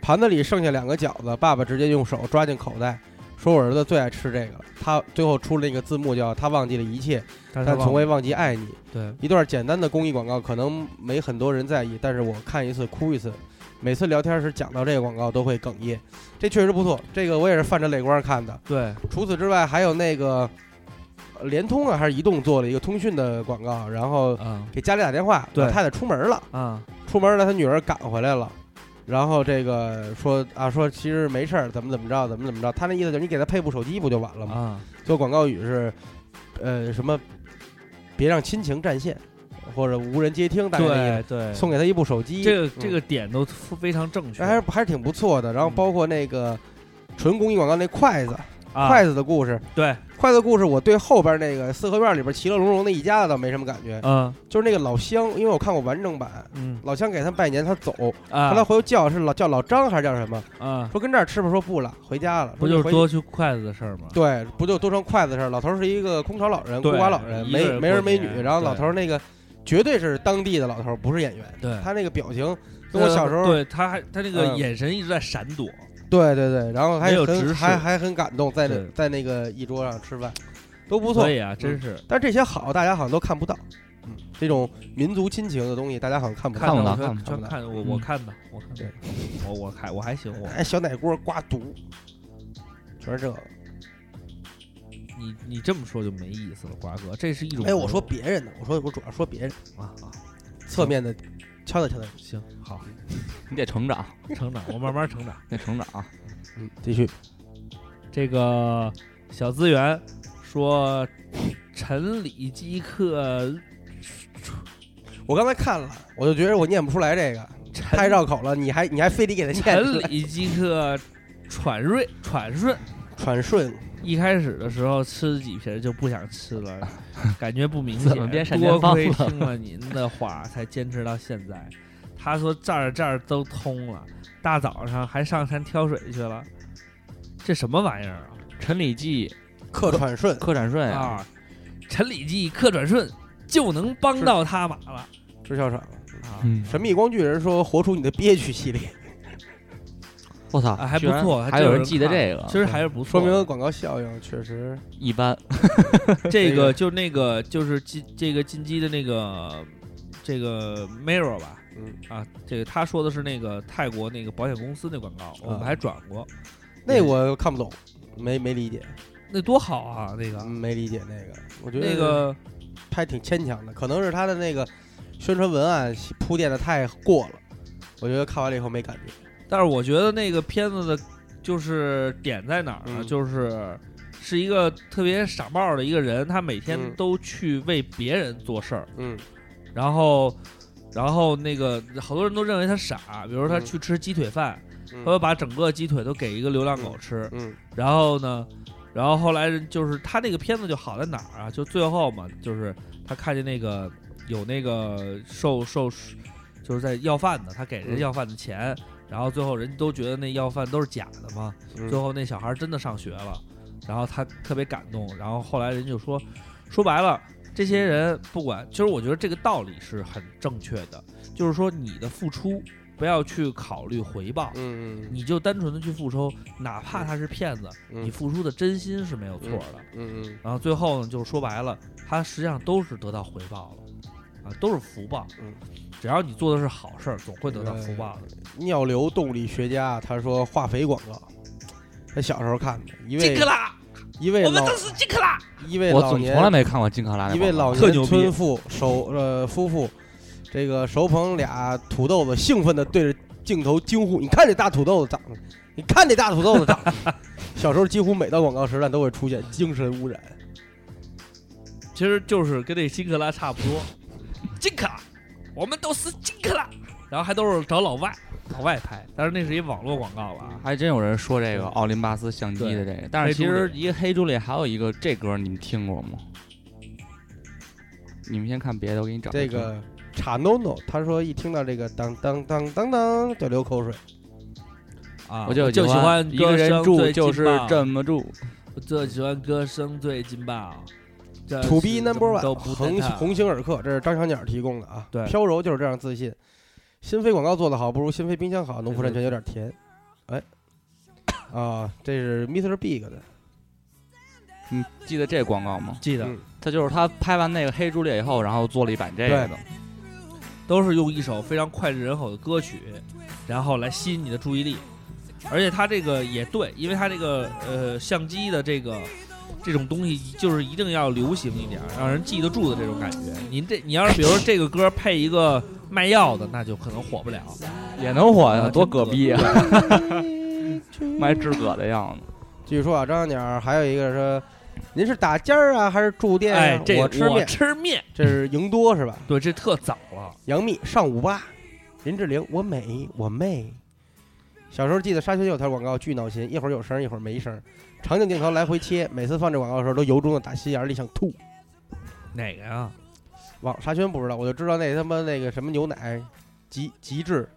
D: 盘子里剩下两个饺子，爸爸直接用手抓进口袋，说我儿子最爱吃这个了。他最后出了一个字幕叫“他忘记了一切，
C: 但
D: 但从未忘记爱你”。
C: 对
D: 一段简单的公益广告，可能没很多人在意，但是我看一次哭一次。每次聊天时讲到这个广告都会哽咽，这确实不错。这个我也是泛着泪光看的。
C: 对
D: 除此之外，还有那个呃联通啊还是移动做了一个通讯的广告，然后
C: 嗯
D: 给家里打电话，
C: 对
D: 老太太出门了，
C: 啊
D: 出门了，她女儿赶回来了。然后这个说啊，说其实没事儿，怎么怎么着，怎么怎么着。他那意思就是你给她配部手机不就完了吗？
C: 啊
D: 做广告语是，呃，什么，别让亲情占线，或者无人接听，大概那意思
C: 对对，
D: 送给她一部手机。
C: 这个
D: 嗯哎
C: 这个点都非常正确，
D: 还是还是挺不错的。然
C: 嗯
D: 后包括那个纯公益广告那筷子，
C: 啊
D: 筷子的故事，
C: 对，
D: 筷子故事，我对后边那个四合院里边其乐融融那一家子倒没什么感觉，
C: 嗯
D: 就是那个老乡，因为我看过完整版，
C: 嗯
D: 老乡给他拜年，他走，后来
C: 啊
D: 回头叫是老叫老张还是叫什么？
C: 啊，
D: 说跟这儿吃吧，说不了，回家了，
C: 不就是
D: 回
C: 多去筷子的事儿吗？
D: 对，不就多成筷子事儿？老头儿是一个空巢老人，孤
C: 对
D: 寡老人，
C: 一个
D: 没
C: 人
D: 没儿
C: 过
D: 没
C: 年
D: 女，然后老
C: 对
D: 头儿那个绝对是当地的老头儿，不是演员，
C: 对，呃
D: 他那个表情跟我小时候
C: 对他还他那个
D: 嗯
C: 眼神一直在闪躲，
D: 对对对，然后还
C: 没有
D: 很
C: 直视
D: 还还很感动，在那
C: 对
D: 在那个一桌上吃饭，都不错嗯
C: 所。以啊，真是
D: 但这些好，大家好像都看不到。嗯，这种民族亲情的东西，大家好像看不
E: 看不
D: 到。
E: 到
C: 我全
E: 看不
D: 到
C: 全
D: 看不到
C: 看我
E: 嗯
C: 我看的，我看
D: 对
C: 的，我我看我还行，我
D: 哎，小奶锅刮毒，全是这个。
C: 你你这么说就没意思了，瓜哥，这是一种
D: 哎，我说别人的，我说我主要说别人
C: 啊啊，
D: 侧面的，敲打敲打。
C: 行好，
E: 你得成长，
C: 成长，我慢慢成长。
E: 得成长啊！
D: 嗯，继续。
C: 这个小资源说，陈李基克，
D: 我刚才看了，我就觉得我念不出来这个，
C: 陈
D: 太绕口了。你还你还非得给他念出
C: 陈
D: 来？
C: 李基克喘瑞喘顺，
D: 喘顺，
C: 一开始的时候吃几瓶就不想吃 了，感觉不明
E: 怎么变
C: 显，
E: 闪电
C: 多
E: 棒
C: 亏
E: 了
C: 听了您的话才坚持到现在。他说这儿这儿都通了，大早上还上山挑水去了，这什么玩意儿
E: 陈李济、
D: 克喘顺，
E: 柯展顺
C: 啊？
E: 啊，
C: 啊，陈李济克转顺就能帮到他马了
D: 吃哮喘了。
C: 啊！
E: 嗯，
D: 神秘光巨人说：“活出你的憋屈”系列，
E: 我操
C: 啊还
E: 居
C: 不
E: 然
C: 错还
E: 还
C: 真有
E: 有人
C: 人
E: 记得
C: 看
E: 这个啊
C: 其，实还是不错
D: 说
C: 的，
D: 明广告效应确实
E: 一般。
C: 这
D: 这个
C: 个就那个就是进这个进击的那个这个 Mirror 吧，
D: 嗯
C: 啊，这个他说的是那个泰国那个保险公司那广告，我
D: 啊
C: 们还转过，
D: 那我看不懂，没没理解，
C: 那多好啊，那个
D: 嗯没理解那个，我觉得
C: 那个
D: 拍挺牵强的，可能是他的那个宣传文案铺垫的太过了，我觉得看完了以后没感觉。
C: 但是我觉得那个片子的，就是点在哪儿呢？
D: 嗯
C: 就是是一个特别傻帽的一个人，他每天
D: 嗯
C: 都去为别人做事儿，
D: 嗯
C: 然后，然后那个好多人都认为他傻，比如他
D: 嗯
C: 去吃鸡腿饭，
D: 嗯
C: 他会把整个鸡腿都给一个流浪狗吃，
D: 嗯
C: 然后呢，然后后来就是他那个片子就好在哪儿啊？就最后嘛，就是他看见那个有那个受受，就是在要饭的，他给人
D: 嗯
C: 要饭的钱，然后最后人都觉得那要饭都是假的嘛，
D: 嗯
C: 最后那小孩真的上学了，然后他特别感动，然后后来人就说，说白了。这些人不管，其实我觉得这个道理是很正确的，就是说你的付出不要去考虑回报，
D: 嗯
C: 你就单纯的去付出，哪怕他是骗子，
D: 嗯
C: 你付出的真心是没有错的。
D: 嗯嗯
C: 然后最后呢，就是说白了，他实际上都是得到回报了，啊，都是福报。
D: 嗯
C: 只要你做的是好事儿，总会得到福报的。
D: 尿流动力学家他说化肥广告，他小时候看的，
C: 金
D: 一位
C: 克拉，
D: 一位
C: 我们
D: 老
C: 都是金克拉。
D: 一位
E: 我
D: 老
E: 从
D: 年
E: 从来没看过金克拉那
D: 一位
E: 广告
D: 老
C: 特
D: 年
C: 牛逼
D: 村妇手呃夫妇，这个手捧俩土豆呃子，兴奋地对着镜头惊呼：“你看这大土豆子长得，你看这大土豆 子长得。”小时候几乎每到广告时段都会出现精神 污染。
C: 其实就是跟那金克拉差不多。金克拉，我们都是金克拉。然后还都是找老外，老外拍，但是那是一网络广告啊吧？
E: 还真有人说这个奥林巴斯相机的这个，但是其实一个黑猪里还有一个这歌，你们听过吗？你们先看别的，我给你找
D: 这
E: 个
D: 个查 nono，他说一听到这个当当当当当就流口水。
C: 啊，
E: 我
C: 就
E: 喜
C: 喜欢
E: 一个
C: 歌
E: 人
C: 声
E: 住
C: 最
E: 就是
C: 劲爆
E: 这么住，
C: 我最喜欢歌声最劲爆，这
D: To be
C: 是
D: number
C: 呃怎么
D: one，
C: 都不
D: 红
C: 带看
D: 红星尔克，这是张小鸟提供的啊。
C: 对
D: 飘柔就是这样自信。新飞广告做得好，不如新飞冰箱好。农夫山泉有点甜。哎，啊，这是 Mr. Big 的，
E: 你记得这广告吗？
C: 记得
D: 嗯
E: 他就是他拍完那个黑猪列以后，然后做了一版这个的，
C: 都是用一首非常脍炙人口的歌曲，然后来吸引你的注意力。而且它这个也对，因为它这个呃相机的这个这种东西，就是一定要流行一点儿，让人记得住的这种感觉。您这你要是比如说这个歌配一个卖药的，那就可能火 不了。
E: 也能火呀，
C: 啊
E: 多
C: 真
E: 葛
C: 葛
E: 逼呀， 卖志葛的样子。
D: 嗯据说啊，张小鸟还有一个说，您是打尖儿啊，还是住店、啊？
C: 哎，这
D: 我吃
C: 我
D: 面，
C: 吃面，
D: 这是赢多是吧？
C: 对，这特早了。
D: 杨幂上五八，林志玲我美我妹。小时候记得沙宣有条广告巨闹心，一会儿有声儿一会儿没声儿，长景镜头来回切，每次放这广告的时候都由衷的打心眼儿里想吐。
C: 哪个啊呀？
D: 网沙宣不知道，我就知道那他妈那个什么牛奶极极致，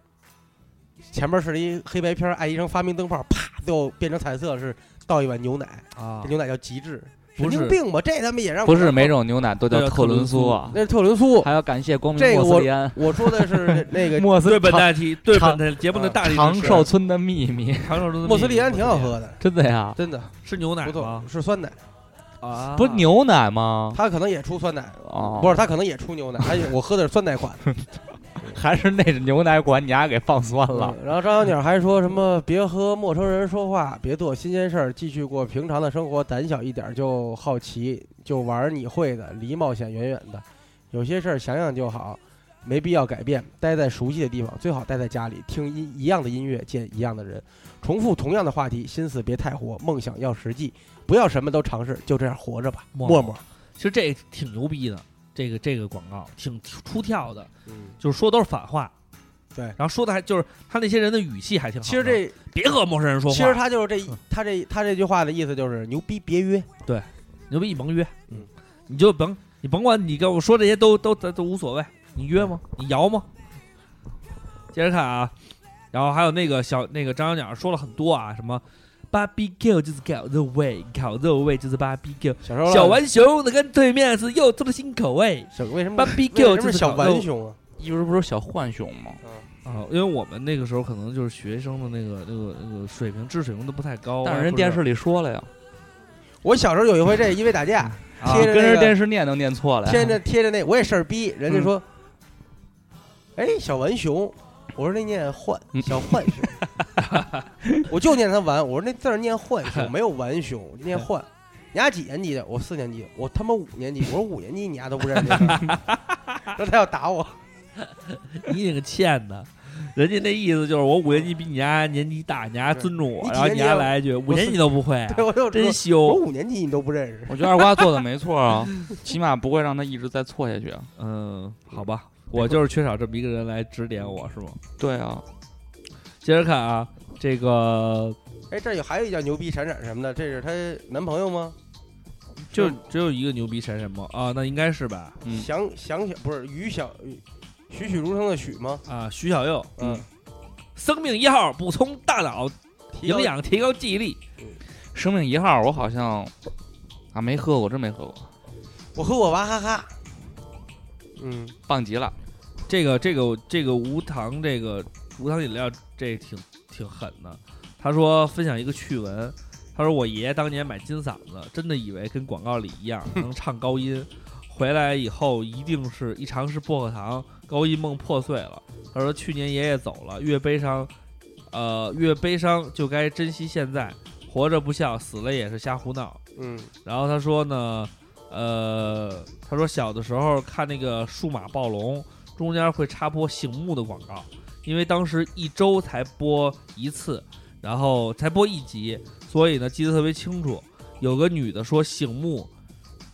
D: 前面是一黑白片儿，爱医生发明灯泡，啪，最后变成彩色是倒一碗牛奶，
C: 啊
D: 这，牛奶叫极致，
C: 不
D: 神
C: 是
D: 经病吧？这他妈也让我
E: 不是每种牛奶都叫
C: 对
E: 特仑苏啊，
D: 那是特仑苏，
E: 还要感谢光明
D: 这个
E: 莫斯利安，
D: 我说的是 那个
E: 莫
C: 对本代题，对
E: 长
C: 本代节目的大力支持
E: 长寿村的秘密，
C: 长寿村的
D: 莫斯利安
C: 秘密
D: 挺好，喝的，
E: 真的呀？
D: 真的
C: 是牛奶
D: 不错
C: 吗，？
D: 是酸奶，
C: 啊，
E: 不是牛奶吗？
D: 他可能也出酸奶，
E: 哦，
D: 啊不是他可能也出牛奶，他 也我喝的是酸奶款。
E: 还是那牛奶管你丫给放酸了。
D: 嗯然后张小鸟还说什么别和陌生人说话，别做新鲜事儿，继续过平常的生活，胆小一点就好奇，就玩儿你会的，离冒险远远的。有些事儿想想就好，没必要改变。待在熟悉的地方，最好待在家里，听一一样的音乐，见一样的人，重复同样的话题，心思别太活，梦想要实际，不要什么都尝试，就这样活着吧。
C: 默
D: 默默，
C: 其实这挺牛逼的，这个这个广告挺出跳的，
D: 嗯，
C: 就是说都是反话，
D: 对
C: 然后说的还就是他那些人的语气还挺好的。
D: 其实这
C: 别和陌生人说话，
D: 其实他就是这他这他这句话的意思就是牛逼别约，
C: 牛逼，你甭约，
D: 嗯，
C: 你就甭你甭管你跟我说这些都都都都无所谓，你约吗？你摇吗？接着看啊，然后还有那个小那个张小鸟说了很多啊，什么 barbecue 就是烤肉味，烤肉味就是 barbecue，
D: 小时候
C: 小浣熊的跟对面是又做的新口味。
D: 小为什么
C: barbecue
D: 为什么
C: 就是
D: 小
C: 烤肉
D: 浣熊啊？
E: 一直不是小浣熊吗？
C: 啊，因为我们那个时候可能就是学生的那个那个那个水平，知识水平都不太高，
E: 但
C: 我
E: 是
C: 也
E: 人
C: 不
E: 电
C: 知
E: 视里说了呀，
D: 我小时候有一回这因为打架，
C: 道
D: 贴
C: 啊
D: 着
E: 跟
D: 那
E: 人
D: 个
E: 电视念都念错了呀。
D: 贴着贴着那我也事儿逼，人家说，哎，小浣熊，我说那念浣
E: 嗯
D: 小浣熊，我就念他浣，我说那字儿念浣熊，没有浣熊，念浣。你丫几年级的？我四年级，我他妈五年级，我说五年级你丫都不认识这事儿，说他要打我，
C: 你那个欠的。人家那意思就是我五年级比你丫年级大，你丫
D: 对
C: 尊重我，
D: 你几
C: 然后你
D: 年级
C: 丫
D: 啊
C: 来一句五
D: 是
C: 年级都不会、啊
D: 对，我就
C: 真
D: 说我
C: 羞。
D: 五年级你都不认识，
E: 我觉得二瓜做的没错啊， 起码不会让他一直再错下去。啊
C: 嗯，好吧，我就是缺少这么一个人来指点我是吗？
E: 对啊，
C: 接着看啊，这个
D: 哎，这有还有一叫牛逼闪闪什么的，这是她男朋友吗？
C: 就
D: 嗯
C: 只有一个牛逼闪闪猫啊，那应该是吧？
E: 嗯
D: 想想想不是于小栩栩如生的栩吗？
C: 啊，徐小佑，
D: 嗯，
C: 生命一号补充大脑
D: 提
C: 营
D: 高
C: 养，提高记忆力。
E: 生命一号我好像啊没喝过，真没喝过，
D: 我和我娃哈哈。嗯，
E: 棒极了。
C: 这个这个这个无糖这个无糖饮料这挺挺狠的。他说分享一个趣闻，他说我爷爷当年买金嗓子，真的以为跟广告里一样能唱高音，回来以后一定是一尝试薄荷糖，高音梦破碎了。他说去年爷爷走了，越悲伤，呃越悲伤就该珍惜现在，活着不笑，死了也是瞎胡闹。
D: 嗯，
C: 然后他说呢，呃，他说小的时候看那个数码暴龙，中间会插播醒目的广告，因为当时一周才播一次，然后才播一集，所以呢记得特别清楚。有个女的说醒目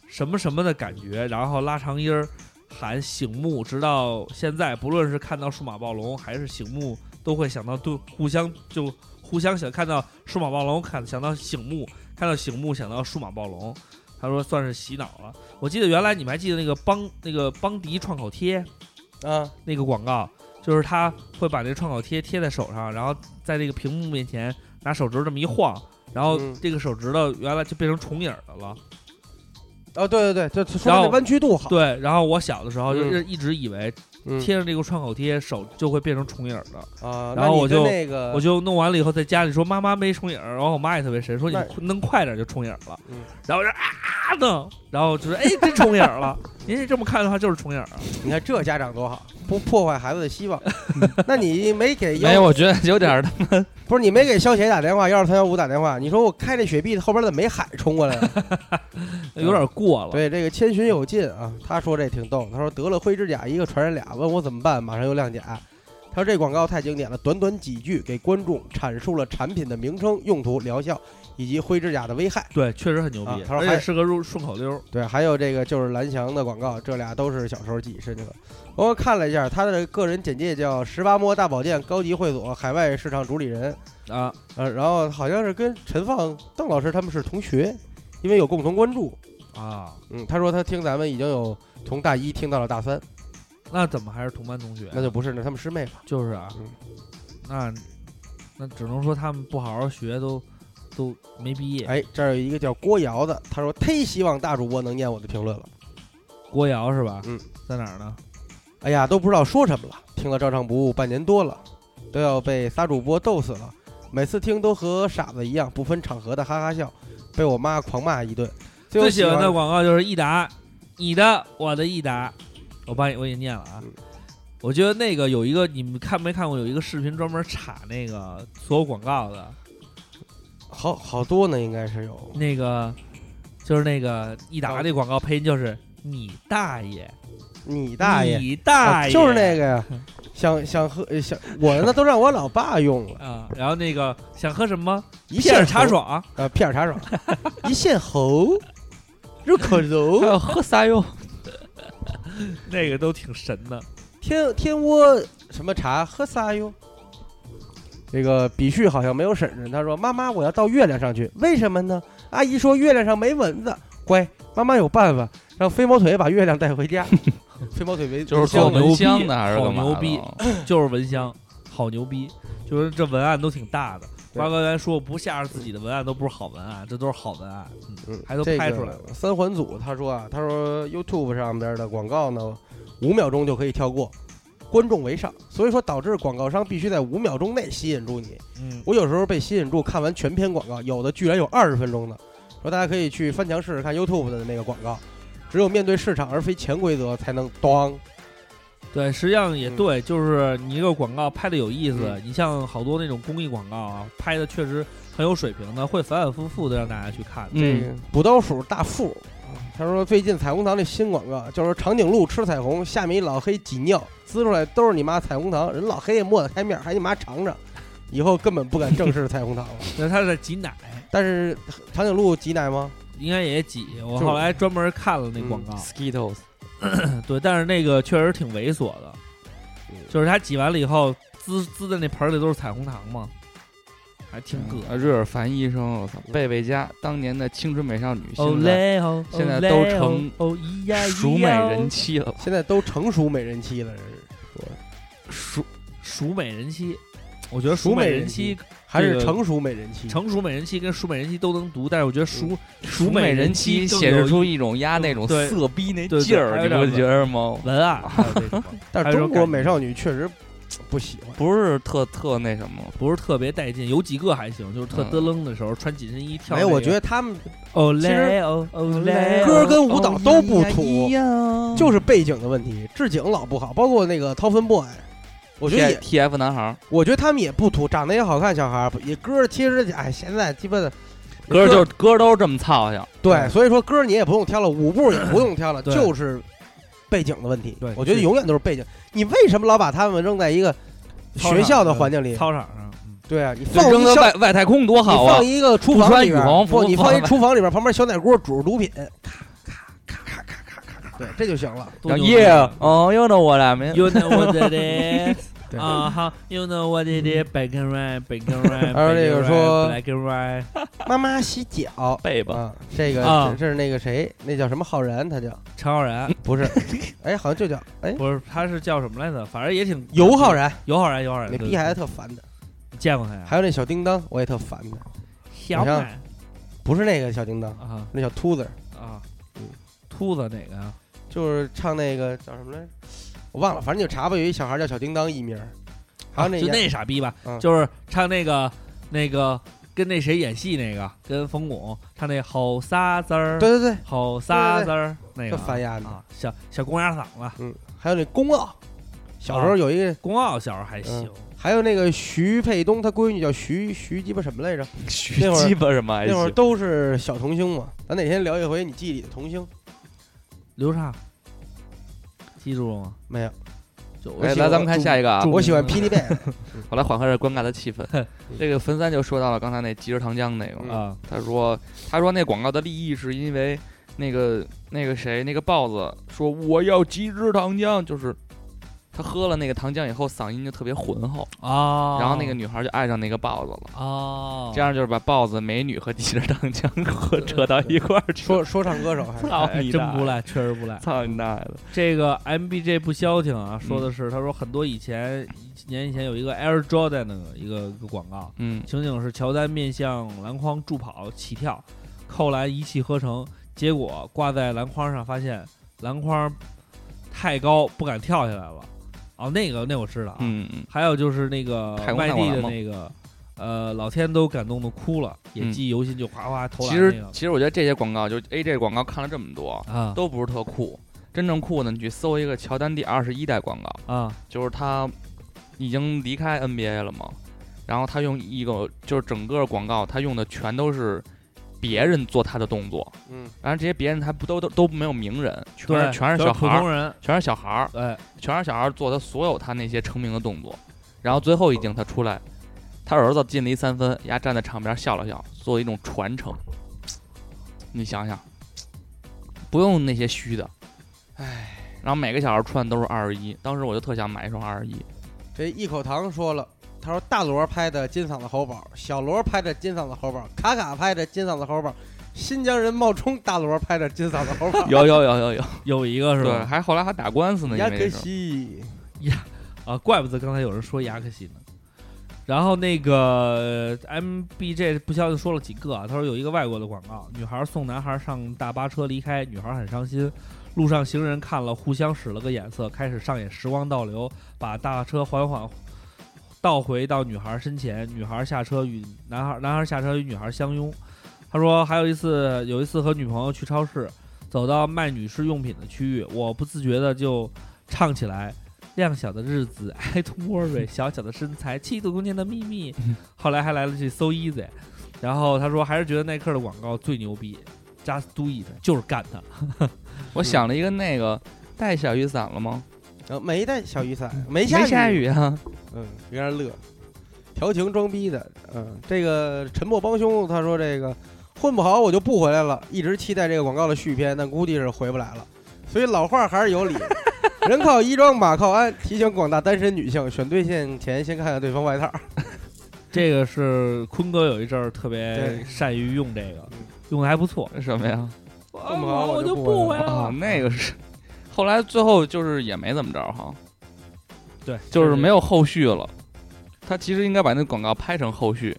C: 什么什么的感觉，然后拉长音儿，喊醒目，直到现在，不论是看到数码暴龙还是醒目，都会想到对互相就互相想看到数码暴龙，看想到醒目，看到醒目想到数码暴龙。他说算是洗脑了。我记得原来你们还记得那个邦那个邦迪创口贴
D: 啊，
C: 那个广告，就是他会把那个创口贴贴在手上，然后在那个屏幕面前拿手指这么一晃，然后
D: 嗯
C: 这个手指头原来就变成重影儿的了。
D: 哦，对对对，就说
C: 然
D: 那
C: 后
D: 弯曲度好，
C: 对，然后我小的时候就
D: 嗯
C: 是一直以为
D: 嗯
C: 贴上这个创口贴，手就会变成重影儿的。
D: 啊，
C: 然后
D: 那你
C: 我
D: 跟
C: 就
D: 那个
C: 我就弄完了以后，在家里说妈妈没重影儿，然后我妈也特别神，说你
D: 那
C: 弄快点就重影儿了
D: 嗯。
C: 然后我就啊弄，然后就说哎真重影儿 了。您这么看的话就是重影儿啊。
D: 你看这家长多好，不破坏孩子的希望。那你没给幺
E: 没有，我觉得有点儿的。
D: 不是你没给消协打电话，幺二三幺五打电话，你说我开这雪碧后边怎么没海冲过来啊？
C: 有点过了。
D: 对，这个谦逊有进啊，他说这挺逗，他说得了灰指甲一个传染俩，问我怎么办，马上又亮假。他说这广告太经典了，短短几句给观众阐述了产品的名称、用途、疗效以及灰指甲的危害。
C: 对，确实很牛
D: 啊
C: 逼，
D: 他说
C: 而
D: 还
C: 且是个入顺口溜儿。
D: 对，还有这个就是蓝翔的广告，这俩都是小时候记忆深刻。我看了一下他的个人简介，叫十八摸大保健高级会所海外市场主理人，
C: 啊，
D: 呃，然后好像是跟陈放、邓老师他们是同学，因为有共同关注。
C: 啊，
D: 嗯，他说他听咱们已经有从大一听到了大三，
C: 那怎么还是同班同学？啊
D: 那就不是那他们师妹吧？
C: 就是啊
D: 嗯，
C: 那那只能说他们不好好学，都都没毕业。
D: 哎，这儿有一个叫郭瑶的，他说忒希望大主播能念我的评论了。
C: 郭瑶是吧？
D: 嗯，
C: 在哪儿呢？
D: 哎呀，都不知道说什么了，听了照常不误半年多了，都要被仨主播逗死了。每次听都和傻子一样，不分场合的哈哈笑，被我妈狂骂一顿。最后
C: 最喜欢的
D: 的
C: 广告就是益达，你的我的益达，我帮你我给你念了啊
D: 嗯。
C: 我觉得那个有一个你们看没看过有一个视频专门插那个所有广告的，
D: 好好多呢，应该是有。
C: 那个就是那个益达那广告配音就是你大爷，
D: 哦你大爷，
C: 你大
D: 啊
C: 爷，嗯
D: 就是那个呀，想想喝呃想我那都让我老爸用了，
C: 啊。然后那个想喝什么？
D: 一
C: 片
D: 线
C: 儿茶
D: 喉
C: 爽，
D: 啊，片儿茶爽，一线喉，入口柔
E: 还，有喝啥哟？
C: 那个都挺神的。
D: 天天窝什么茶喝啥哟？这个比旭好像没有婶婶，他说：“妈妈，我要到月亮上去，为什么呢？阿姨说月亮上没蚊子，乖，妈妈有办法，让飞毛腿把月亮带回 家。飞毛腿 为
E: 就是做
C: 好
D: 香
C: 牛
E: 蚊
C: 逼
E: 香的还是
C: 好
E: 干嘛的？
C: 牛逼
E: 哦
C: 就是蚊香，好牛逼！就是这文案都挺大的。
D: 对
C: 瓜哥原来说不下着自己的文案都不是好文案，这都是好文案。嗯
D: 嗯
C: 还都
D: 这
C: 拍
D: 个
C: 出来了
D: 三环组他说啊，他说 YouTube 上边的广告呢，五秒钟就可以跳过，观众为上，所以说导致广告商必须在五秒钟内吸引住你。
C: 嗯，
D: 我有时候被吸引住，看完全篇广告，有的居然有二十分钟的。说大家可以去翻墙试试看 YouTube 的那个广告，只有面对市场而非潜规则，才能当。
C: 对，实际上也
D: 嗯
C: 对，就是你一个广告拍的有意思，
D: 嗯
C: 你像好多那种公益广告啊，拍的确实很有水平的，会反反复复的让大家去看。
D: 这
E: 嗯
D: 个，补刀鼠大富，他说最近彩虹糖这新广告就是长颈鹿吃彩虹，下面一老黑挤尿，滋出来都是你妈彩虹糖，人老黑也抹得开面，还你妈尝尝，以后根本不敢正视彩虹糖了。
C: 那他在挤奶，
D: 但是长颈鹿挤奶吗？
C: 应该也挤。我
D: 就是
C: 后来专门看了那广告，
E: Skittles 嗯
C: 对，但是那个确实挺猥琐的，就是他挤完了以后，滋滋的那盆儿里都是彩虹糖嘛，还挺哦
E: 啊，
C: 恶
E: 瑞尔凡医生，我操，贝贝佳当年的青春美少女，
C: 哦
E: 现 在
C: 嘞哦，
E: 现在都成
C: 哦咿呀咿呀哦
E: 熟美人妻了，
D: 现在都成熟美人期了，这是
E: 熟
C: 熟美人妻。我觉得
D: 熟
C: 熟
D: 美
C: 美
D: 人
C: 人
D: 妻
C: 妻、
D: 还
C: 这
D: 是
C: 个
D: 成熟美人期？
C: 成熟美人妻跟熟美人妻都能读，但是我觉得熟
D: 嗯
C: 熟
E: 熟美人
C: 人
E: 妻
C: 更
E: 显
C: 有
E: 示出一种压那种
C: 对
E: 色逼那
C: 对对
E: 劲
C: 还
E: 儿，
C: 有
E: 你
C: 点
E: 不
C: 文
E: 觉得吗？
C: 文
D: 啊
C: 案，还有这种
D: 但
C: 还
D: 是
C: 有
D: 中
C: 种
D: 国
C: 感
D: 美
C: 觉
D: 少女确实不喜欢。
E: 不是特特那什么，
C: 不是特别带劲，有几个还行，就是特
E: 嗯
C: 嘚楞的时候穿紧身衣跳那
D: 没有，
C: 个。
D: 我觉得他们
C: 哦嘞
D: 其实
C: 哦哦嘞，
D: 歌
C: 哦
D: 跟舞蹈都不土，
E: 土
C: 嗯
D: 就是是背景的问题，置景老不好，包括那个掏粪 boy，我觉得
E: T
D: 也，
E: T F 男孩儿，
D: 我觉得他们也不土，长得也好看，小孩儿也歌儿其实哎，现在基本的
E: 歌儿就是歌儿都是这么操性，
D: 对，所以说歌儿你也不用挑了，舞步也不用挑了，
C: 对
D: 就是背景的问题。
C: 对
D: 我觉得
C: 是
D: 永远都是背景。你为什么老把他们扔在一个
C: 操场
D: 学校的环境里？
C: 操场上，嗯
D: 对啊，你
E: 就
D: 放
E: 扔
D: 一
E: 到
D: 小，
E: 外外太空多
D: 你
E: 好啊
D: 放！一个厨
E: 不
D: 房
E: 穿
D: 里边
E: 羽
D: 儿，
E: 绒服
D: 不，你放一
E: 放
D: 厨房里边儿，旁边小奶锅煮着毒品，
C: 咔咔咔咔咔咔咔咔，
D: 对，这就行了。
C: 多牛逼
D: 啊
E: Yeah, oh, you know what I mean.
C: You know what it is
D: 对
C: 啊哈，You know what it
D: 嗯
C: is black and white, black and white，
D: 还有这个说
C: black and white，
D: 妈妈洗脚
E: 背吧，
D: 啊，这个
C: 啊
D: 这是那个谁，那叫什么浩然，他叫
C: 陈浩然
D: 不是，哎，好像就叫哎
C: 不是他是叫什么来着？反正也挺
D: 尤浩，然，
C: 尤浩然，尤浩然，
D: 那
C: 对
D: 逼孩子特烦的。
C: 你见过他呀？
D: 还有那小叮当，我也特烦的，
C: 小满
D: 不是那个小叮当，
C: 啊
D: 那小秃子，
C: 啊，秃子哪个啊？
D: 就是唱那个叫什么来着，我忘了，反正你就查吧。有一小孩叫小叮当艺名，还啊有那
C: 啊就
D: 演
C: 那傻逼吧，
D: 嗯
C: 就是唱那个那个跟那谁演戏那个，跟冯巩唱那好仨字儿，
D: 对对对，
C: 好仨字儿那
D: 这
C: 个
D: 翻鸭呢，
C: 啊，小小公鸭嗓子，
D: 嗯，还有那宫傲，小时候有一个，
C: 公傲小时候还行，
D: 还有那个徐沛东，他闺女叫徐徐鸡巴什么来着？
E: 徐
D: 那会儿
E: 鸡巴什么还
D: 那会儿
E: 行？
D: 都是小童星嘛，咱哪天聊一回你记忆里的童星
C: 刘畅记住了吗？
D: 没有？
C: 就我
E: 来，
D: 喜
E: 来，
D: 欢
E: 咱们看下一个啊
C: 祝！
D: 我喜欢霹雳贝尔，
E: 我来缓和这尴尬的气氛。这个冯三就说到了刚才那即食糖浆那个，
D: 嗯
C: 啊
E: 他说他说那广告的立意是因为那个那个谁那个豹子说我要即食糖浆，就是他喝了那个糖浆以后嗓音就特别浑厚，
C: 啊，
E: 然后那个女孩就爱上那个豹子了。
C: 哦，
E: 这样就是把豹子、美女和即食糖浆 合扯到一块儿去。
D: 说说唱歌手还是
E: 操
C: 哎
E: 你
C: 真
E: 大
C: 不
E: 爷！
C: 赖，确实 不赖。
E: 操你大爷的！
C: 这个 MBJ 不消停啊，说
D: 嗯
C: 的是他说很多以前几年以前有一个 Air Jordan 的一个一个广告，
E: 嗯，
C: 情景是乔丹面向篮筐助跑起跳，扣篮一气呵成，结果挂在篮筐上发现篮筐太高不敢跳下来了。哦，那个那我知道啊。
E: 嗯嗯，
C: 还有就是那个
E: 太空
C: 外
E: 太空
C: 地
E: 人
C: 的
E: 吗
C: 那个，呃，老天都感动的哭了，也
E: 嗯
C: 记忆犹新，就哗哗投
E: 其
C: 篮那
E: 实
C: 个
E: 其实我觉得这些广告就是 AJ 广告看了这么多，
C: 啊
E: 都不是特酷。真正酷的，你去搜一个乔丹第二十一代广告，
C: 啊
E: 就是他已经离开 NBA 了嘛，然后他用一个就是整个广告他用的全都是别人做他的动作，
D: 嗯，
E: 然后这些别人还不都都都没有名人，全
C: 对，
E: 是全是小孩
C: 普
E: 儿，
C: 通人，哎
E: 全是小孩儿，
C: 对，
E: 全是小孩儿做他所有他那些成名的动作，然后最后一镜他出来，他儿子进了一三分，丫站在场边笑了笑，做一种传承。你想想，不用那些虚的，唉。然后每个小孩穿的都是二十一，当时我就特想买一双二十一。
D: 这一口糖说了。他说：“大罗拍的《金嗓子喉宝》，小罗拍的《金嗓子喉宝》，卡卡拍的《金嗓子喉宝》，新疆人冒充大罗拍的《金嗓子喉宝》。
E: 有有有有有，
C: 有一个是
E: 对，
C: 吧？
E: 还后来还打官司呢，因
D: 亚
E: 为
D: 克
E: 这事儿。
D: 西，
C: 啊，怪不得刚才有人说雅克西呢。然后那个呃 MBJ 不消息说了几个啊，他说有一个外国的广告，女孩送男孩上大巴车离开，女孩很伤心，路上行人看了互相使了个眼色，开始上演时光倒流，把大车缓缓倒回到女孩身前，女孩下车与男孩男孩下车与女孩相拥。他说还有一次有一次和女朋友去超市，走到卖女士用品的区域，我不自觉的就唱起来。量小的日子，I don't worry，小小的身材，气度空间的秘密。
E: 嗯
C: 后来还来了句 so easy，然后他说还是觉得耐克的广告最牛逼，just do it，就是干它。
E: 我想了一个那个带小雨伞了吗？
D: 呃，没带小雨伞，没
E: 嗯没
D: 下
E: 下雨啊。
D: 嗯，有点乐。调情装逼的，嗯，这个沉默帮凶他说这个混不好我就不回来了，一直期待这个广告的续篇，但估计是回不来了。所以老话还是有理，人靠衣装马靠鞍，提醒广大单身女性选对象前先看看对方外套。
C: 这个是坤哥有一阵儿特别
D: 对
C: 善于用这个
D: 嗯，
C: 用的还不错。 哦
E: 什么呀？
D: 不忙我
C: 我
D: 就不
C: 不
D: 玩
C: 回来
E: 啊，
C: 了。
E: 那个是，后来最后就是也没怎么着哈，
C: 对，
E: 就是没
C: 有
E: 有后续了。他其实应该把那广告拍成后续，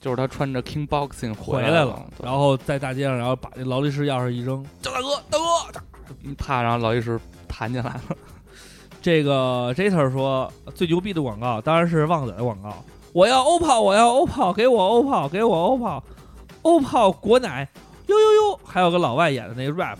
E: 就是他穿着 King Boxing
C: 回
E: 来
C: 来了，
E: 对
C: 然后在大街上，然后把那劳力士钥匙一扔，
E: 叫大哥，大哥，啪，然后劳力士弹进来 了。
C: 这个 Jeter 说最牛逼的广告当然是旺仔的广告，我要 OPPO，我要 OPPO，给我 OPPO，给我 OPPO，OPPO 果奶，呦呦呦，还有个老外演的那 rap，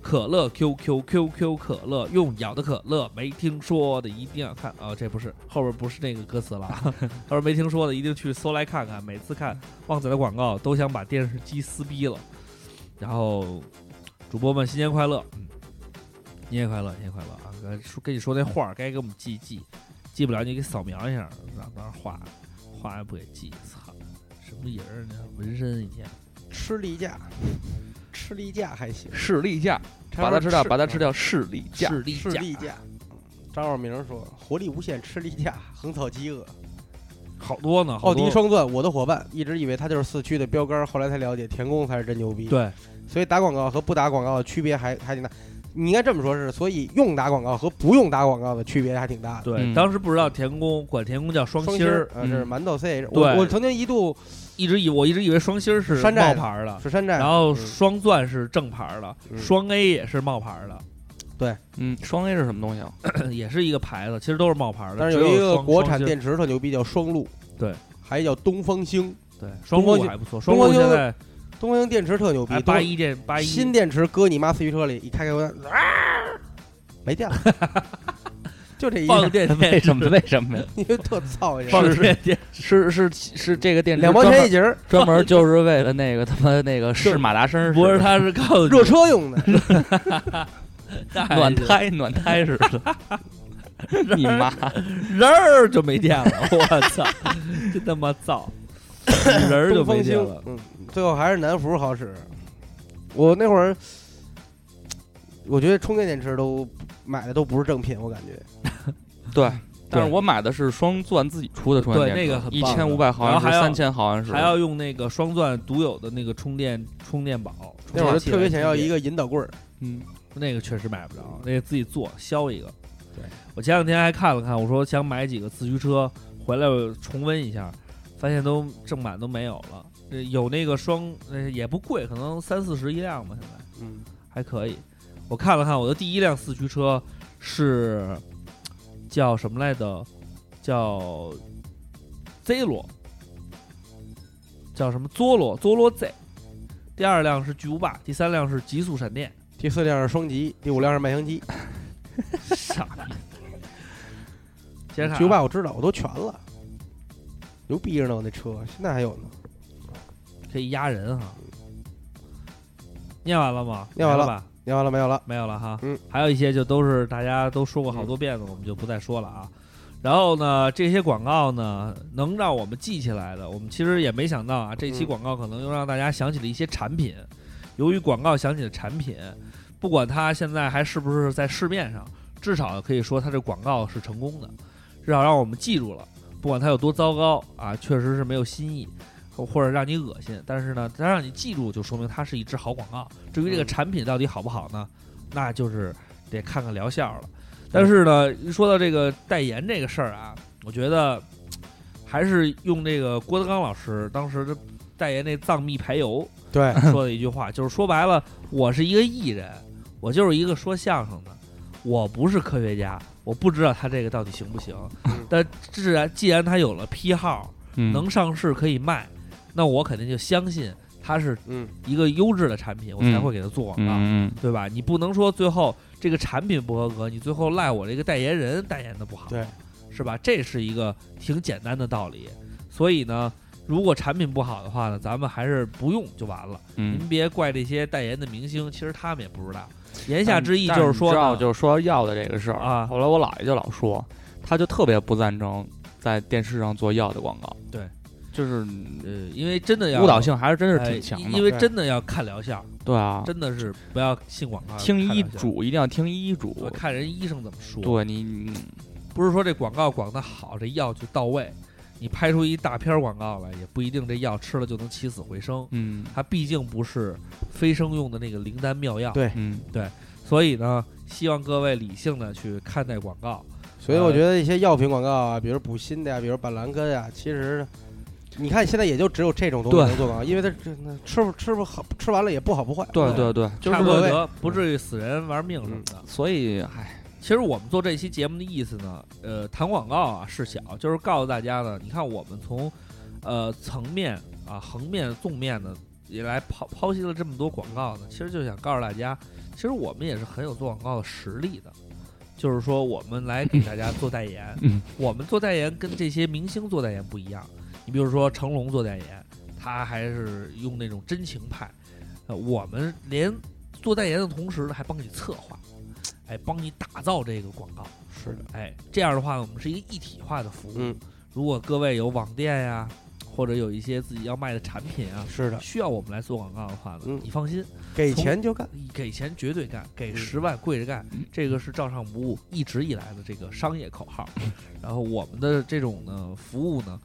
C: 可乐 QQ QQ 可乐，用咬的可乐，没听说的一定要看啊、这不是后边不是那个歌词了，啊他说没听说的一定去搜来看看，每次看旺仔的广告都想把电视机撕逼了，然后主播们新年快乐，嗯，你也快乐，你也快乐啊！跟说跟你说那话儿该给我们记一记，记不了你给扫描一下，让当时画画也不给记，操，什么人儿呢？纹身一天，
D: 吃例假，吃例假还行。
E: 士力架，把它吃掉，把它吃掉，视力架。
C: 士力
D: 吃
C: 架，
D: 力架。张耀明说：“活力无限，吃力架，横扫饥饿。
C: 好多呢，好
D: 奥
C: 多
D: 迪双钻，我的伙伴，一直以为他就是四驱的标杆，后来才了解田宫才是真牛逼。，
C: 对，
D: 所以打广告和不打广告的区别还还挺大。你应该这么说，是所以用打广告和不用打广告的区别还挺大的。
C: 对，
E: 嗯
C: 当时不知道田宫管田宫叫双
D: 双
C: 星
D: 儿
C: 儿，，嗯
D: 呃，这是馒头 C，我
C: 对
D: 我曾经一度
C: 一直以我一直以为双星儿是
D: 山
C: 冒
D: 寨的
C: 牌儿的，
D: 是山寨，
C: 然后
D: 嗯
C: 双钻是正牌儿的，
D: 嗯
C: 双 A 也是冒牌儿的，
E: 嗯，双 A 是什么东西 啊？
C: 也是一个牌子，其实都是冒牌儿的。
D: 但是
C: 只
D: 有一个
C: 双
D: 国
C: 双
D: 产，
C: 星
D: 电池特牛逼，叫双鹿，
C: 对，
D: 还有叫东风星，
C: 对，双
D: 东
C: 鹿
D: 方
C: 还不错，双
D: 东
C: 鹿
D: 方
C: 现
D: 星
C: 在
D: 东风星电池特牛逼
C: 哎，八一这八一
D: 新电池搁你妈四驱车里，一开开关，啊没电了， 就这一
C: 放
D: 样
C: 个，电
E: 为
C: 电
E: 什么？为什么呀？
D: 因为特操心。
C: 放
E: 是
C: 个电电
E: 是是是这个电池
D: 两毛
E: 专
D: 钱
E: 门
D: 一节儿，
E: 专门就是为了那个他妈那个试马达声儿，
C: 不 是，他是告 诉
D: 热车用的。
E: 暖胎暖胎似的。 你妈！
C: 人儿就没电了，我 操，真他妈 造，人儿就
D: 东
C: 没电
D: 风星
C: 了，。
D: 嗯，最后还是南孚好使。嗯我那会儿，我觉得充电电池都买的都不是正品，我感觉。
E: 对，但是我买的是双钻自己出的充电
C: 对
E: 电池，
C: 那个很
E: 一
C: 棒的
E: 千五百毫
C: 然
E: 安
C: 后还
E: 时，
C: 要
E: 三千毫安时，
C: 还要用那个双钻独有的那个充电充电宝，充
D: 那会
C: 电
D: 儿就
C: 器
D: 特别
C: 来
D: 想要
C: 充电
D: 一个引导棍儿，
E: 嗯，
C: 那个确实买不着，那个自己做削一个。
D: 对，
C: 我前两天还看了看，我说想买几个自驱车回来我重温一下，发现都正版都没有了。呃有那个双，呃也不贵，可能三四十一辆吧，现在
D: 嗯，
C: 还可以。我看了看我的第一辆四驱车是叫什么来着？叫 Z 罗，叫什么佐罗佐罗 Z。第二辆是巨无霸，第三辆是极速闪电。
D: 第四辆是双极，第五辆是麦香鸡。
C: 傻逼。接着看啊
D: 巨无霸我知道，我都全了，牛逼着呢，我那车现在还有呢。
C: 可以压人哈。念完了吗？
D: 念完了
C: 没吧？
D: 念完了没有了？
C: 没有了哈。
D: 嗯，
C: 还有一些就都是大家都说过好多遍的，我们就不再说了啊。然后呢，这些广告呢，能让我们记起来的，我们其实也没想到啊，这期
D: 嗯
C: 广告可能又让大家想起了一些产品。由于广告想起的产品，不管它现在还是不是在市面上，至少可以说它这广告是成功的，至少让我们记住了。不管它有多糟糕啊，确实是没有新意，或或者让你恶心，但是呢，它让你记住，就说明它是一支好广告。至于这个
D: 嗯
C: 产品到底好不好呢，那就是得看看疗效了。但是呢，一说到这个代言这个事儿啊，我觉得嘖还是用这个郭德纲老师当时的代言那藏秘排油，
D: 对，
C: 说的一句话，就是说白了，我是一个艺人，我就是一个说相声的，我不是科学家，我不知道他这个到底行不行
D: 嗯。
C: 但既然既然他有了批号，
E: 嗯
C: 能上市可以卖，那我肯定就相信它是
D: 嗯，
C: 一个优质的产品，我才会给它做广告，
E: 嗯嗯
C: 对吧？你不能说最后这个产品不合格，你最后赖我这个代言人代言的不好。
D: 对，
C: 是吧？这是一个挺简单的道理。所以呢，如果产品不好的话呢，咱们还是不用就完了。您
E: 嗯。
C: 别怪这些代言的明星，其实他们也不知道。言下之意就是说
E: 知
C: 呢，
E: 道就是说药的这个事儿
C: 啊
E: 后来我姥爷就老说，他就特别不赞成在电视上做药的广告。
C: 对，
E: 就是
C: 呃，因为真的要
E: 误导性还是真是
C: 哎
E: 挺强
C: 因
E: 的。
C: 为
D: 对
C: 真的要看疗效，
E: 对啊，
C: 真的是不要信广告，
E: 听
C: 看
E: 医
C: 疗效，
E: 嘱一定要听医嘱。
C: 对看人医生怎么说。
E: 对你你
C: 不是说这广告广的好，这药就到位。你拍出一大片广告来，也不一定这药吃了就能起死回生。
E: 嗯
C: 它毕竟不是飞升用的那个灵丹妙药，
D: 对
E: 嗯，
C: 所以呢，希望各位理性的去看待广告。
D: 所以我觉得一些药品广告啊，比如补锌的呀、比如板蓝根呀、其实你看现在也就只有这种东西
E: 对
D: 能做广告，因为它这那吃不吃不好，吃完了也不好不坏。
E: 对对对，
D: 就
C: 差
D: 是
C: 不多
D: 各
E: 嗯
D: 位
C: 得，不至于死人玩命什么的。
E: 所以唉，
C: 其实我们做这期节目的意思呢，呃，谈广告啊是小，就是告诉大家呢，你看我们从呃层面啊、横面、纵面呢，也来剖剖析了这么多广告呢，其实就想告诉大家，其实我们也是很有做广告的实力的。就是说，我们来给大家做代言，
E: 嗯
C: 我们做代言跟这些明星做代言不一样。你比如说成龙做代言，他还是用那种真情派，呃，我们连做代言的同时呢，还帮你策划，哎，帮你打造这个广告。
D: 是的，
C: 哎，这样的话呢，我们是一个一体化的服务。
D: 嗯
C: 如果各位有网店呀、或者有一些自己要卖的产品啊，
D: 是的，
C: 需要我们来做广告的话呢，
D: 嗯
C: 你放心，
D: 给
C: 从
D: 钱就干，
C: 给钱绝对干，给
D: 嗯
C: 十万跪着干，这个是照常不误一直以来的这个商业口号。
D: 嗯
C: 然后我们的这种呢服务呢，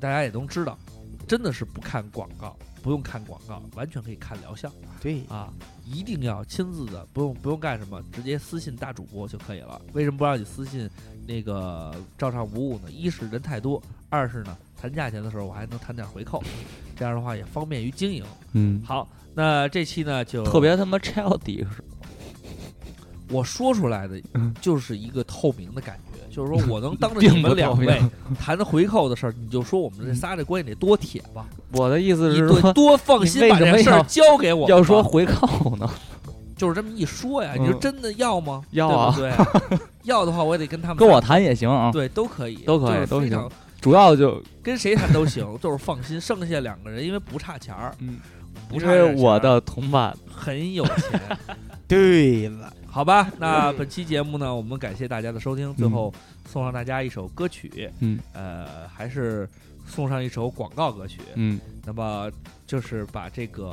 C: 大家也都知道，真的是不看广告，不用看广告，完全可以看疗效
D: 对，
C: 啊！一定要亲自的，不用不用干什么，直接私信大主播就可以了。为什么不让你私信那个照常不误呢？一是人太多，二是呢谈价钱的时候我还能谈点回扣，这样的话也方便于经营。
A: 嗯，
C: 好，那这期呢就
E: 特别他妈 childish。
C: 我说出来的
A: 嗯
C: 就是一个透明的感觉，就是说我能当着
E: 并
C: 你们
E: 不
C: 两
E: 透明
C: 位谈回扣的事儿，你就说我们这仨这关系得多铁 吧，
E: 我的意思
C: 你
E: 是
C: 多
E: 说，
C: 多放
E: 你
C: 心
E: 为
C: 把
E: 什
C: 这
E: 么
C: 事儿
E: 要
C: 交给 我们吧。
E: 要说回扣呢，
C: 就是这么一说呀，你说
E: 嗯
C: 真的要吗？
E: 要啊
C: 对不 对？要的话我也得跟他们
E: 跟我
C: 谈，
E: 谈也行啊，
C: 对都可以，
E: 都可以
C: 就是
E: 都
C: 非
E: 行
C: 常
E: 主要就
C: 跟谁谈都行， 就是放心。剩下两个人因为不差钱儿，
E: 嗯，
C: 不
E: 因
C: 差这
E: 为
C: 钱儿啊
E: 我的同伴
C: 很有钱，
D: 对了，
C: 好吧，
E: 嗯
C: 那本期节目呢，我们感谢大家的收听，最后送上大家一首歌曲，
A: 嗯，
C: 呃，还是送上一首广告歌曲，
A: 嗯，
C: 那么就是把这个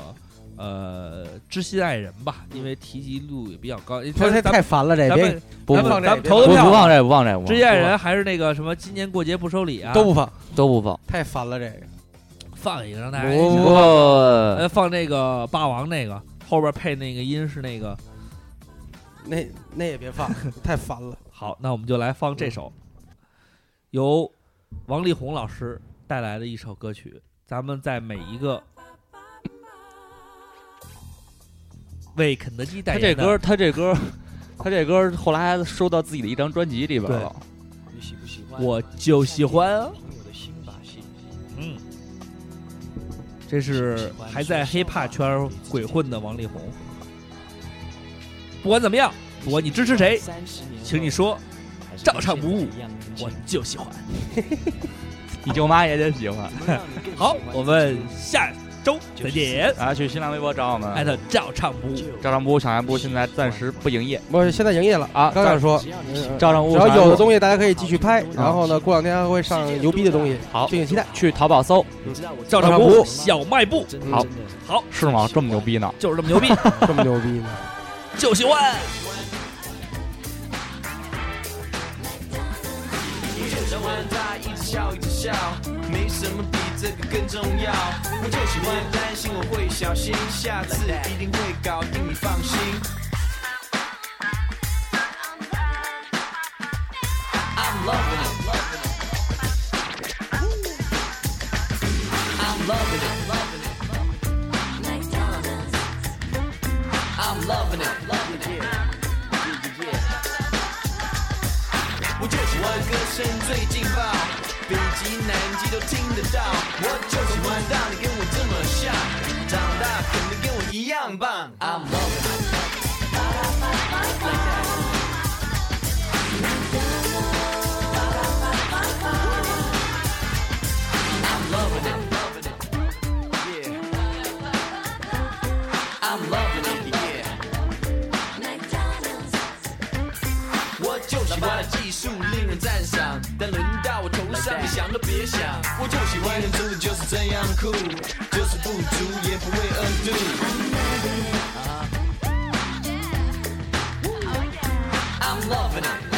C: 呃《知心爱人》吧，因为提及度也比较高，因
D: 太
C: 为咱
D: 太
C: 们
D: 烦了，这
C: 咱
D: 别
C: 们
E: 不
C: 咱
E: 不
C: 们
D: 别放这
C: 咱们
D: 别
C: 投
E: 不
C: 的
E: 不
C: 票
E: 放
C: 啊，
E: 这不放这不
C: 《
E: 放
C: 知心爱人》还是那个什么，今年过节不收礼啊，
D: 都不放，
E: 都不放，
D: 太烦了，这个
C: 放一个让大家
D: 不
E: 不哎
C: 呃放那个霸王那个后边配那个音是那个
D: 那那也别 放，太烦了，
C: 好，那我们就来放这首由王力宏老师带来的一首歌曲。咱们在每一个为肯德基代
E: 他
C: 言
E: 这
C: 的
E: 歌他这歌他这歌后来还收到自己的一张专辑里边了，
F: 你喜不喜欢
C: 我就喜欢。啊
F: 朋友的新把戏？
C: 嗯，这是还在 hiphop 圈鬼混的王力宏。不管怎么样，不管你支持谁，
F: 三十年后
C: 请你，说
F: 还是
C: 照唱不误
F: 跟现在一样年轻
C: 我 就喜欢。
E: 你舅妈也得喜欢，
F: 能让你更喜欢
C: 好，我们
F: 自己
C: 下周再见。
E: 啊，去新浪微博找我们。
C: 艾特照唱不误。
E: 照常不误小卖部现在暂时不营业
D: 不是现在营业了，
E: 啊，
D: 刚想说
F: 只，要你喜欢
E: 照常不误
D: 然后有的
E: 西
D: 东西大家可以继续拍，然后呢，过两天还会上牛逼的东西，
E: 好
D: 敬请期待。
E: 去淘宝搜
F: 你知道我
C: 照
D: 常
C: 常
D: 不
C: 不
D: 误
C: 误，
F: 小
C: 小卖部
F: 真
E: 好
F: 真的
C: 好，
E: 是吗？这么牛逼呢？
C: 就是这么 牛逼，
D: 这么牛逼呢？
C: 就喜欢。
F: 人生玩他一直笑一直笑，没什么比这个更重要。我就喜欢担心，我会小心，下次一定会搞定，你放心。I'm loving it. I'm loving it. I'm loving it. Loving it. Yeah, yeah, yeah. 我就喜欢歌声最劲爆，北极南极都听得到。我就喜欢让你跟我这么像，长大肯定跟我一样棒。I'm loving it. I'm loving it. Yeah. I'm loving it, yeah. 我就喜欢技术令人赞赏，但轮到我头上，你想都别想。我就喜欢天生的就是这样酷，就是不足也不会 undo。I'm loving it. Uh,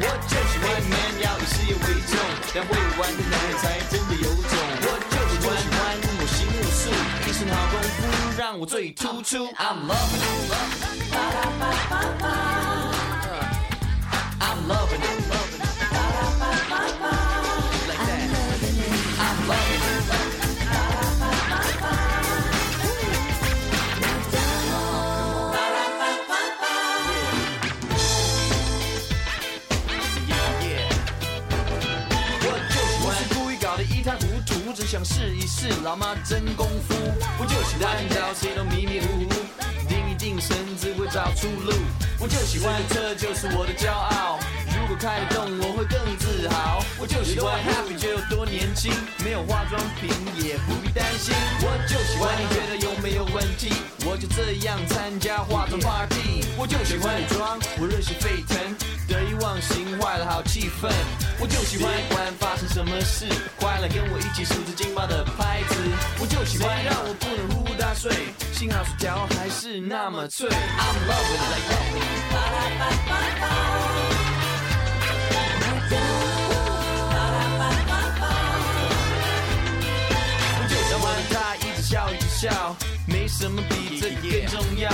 F: 我就喜欢 man 要以事业为重，但会玩的男人才真的有种。我就喜欢我行我素，一身好功夫让我最突出。I'm loving it. I'm loving it. Like that. I'm loving it. Yeah, yeah. 我就喜欢故意搞得一塌糊涂，只想试一试老妈真功夫。我就喜欢找谁都迷迷糊糊，定一定神只会找出路。我就喜欢这就是我的骄傲，如果开得动我会更自豪。我就喜欢 happy 就有多年轻，没有化妆品也不必担心。我就喜欢你觉得有没有问题，我就这样参加化妆 party。我就喜欢装，我热血沸腾，得意忘形坏了好气氛。我就喜欢管发生什么事，快来跟我一起数着劲爆的拍子。我就喜欢让我不能呼呼大睡，幸好薯条还是那么脆。I'm loving it like that。然后他一直笑一直笑，没什么比这个更重要。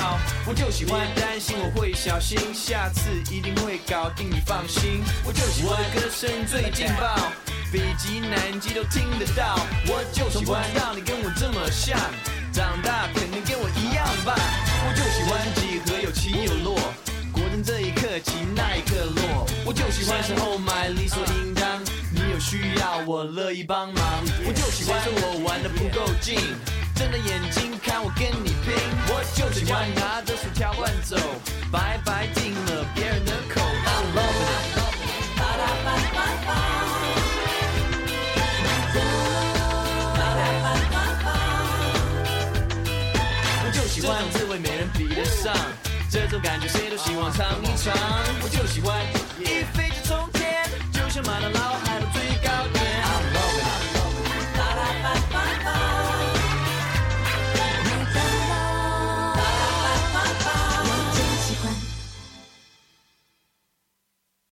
F: 我就喜欢担心，我会小心，下次一定会搞定，你放心。我就喜欢歌声最劲爆，北极南极都听得到。我就喜欢让你跟我这么像，长大肯定跟我一样吧。我就喜欢几何有起有落。果真这一刻起，那一刻落，我就喜欢是后买理所应当。你有需要，我乐意帮忙。我就喜欢说我玩的不够劲，睁着眼睛看我跟你拼。我就喜欢拿着薯条乱走，白白进了别人的口。I'm loving it。我就喜欢滋味没人比得上，这种感觉谁都希望尝一尝。我就喜欢一飞就冲天，就像马的老汉。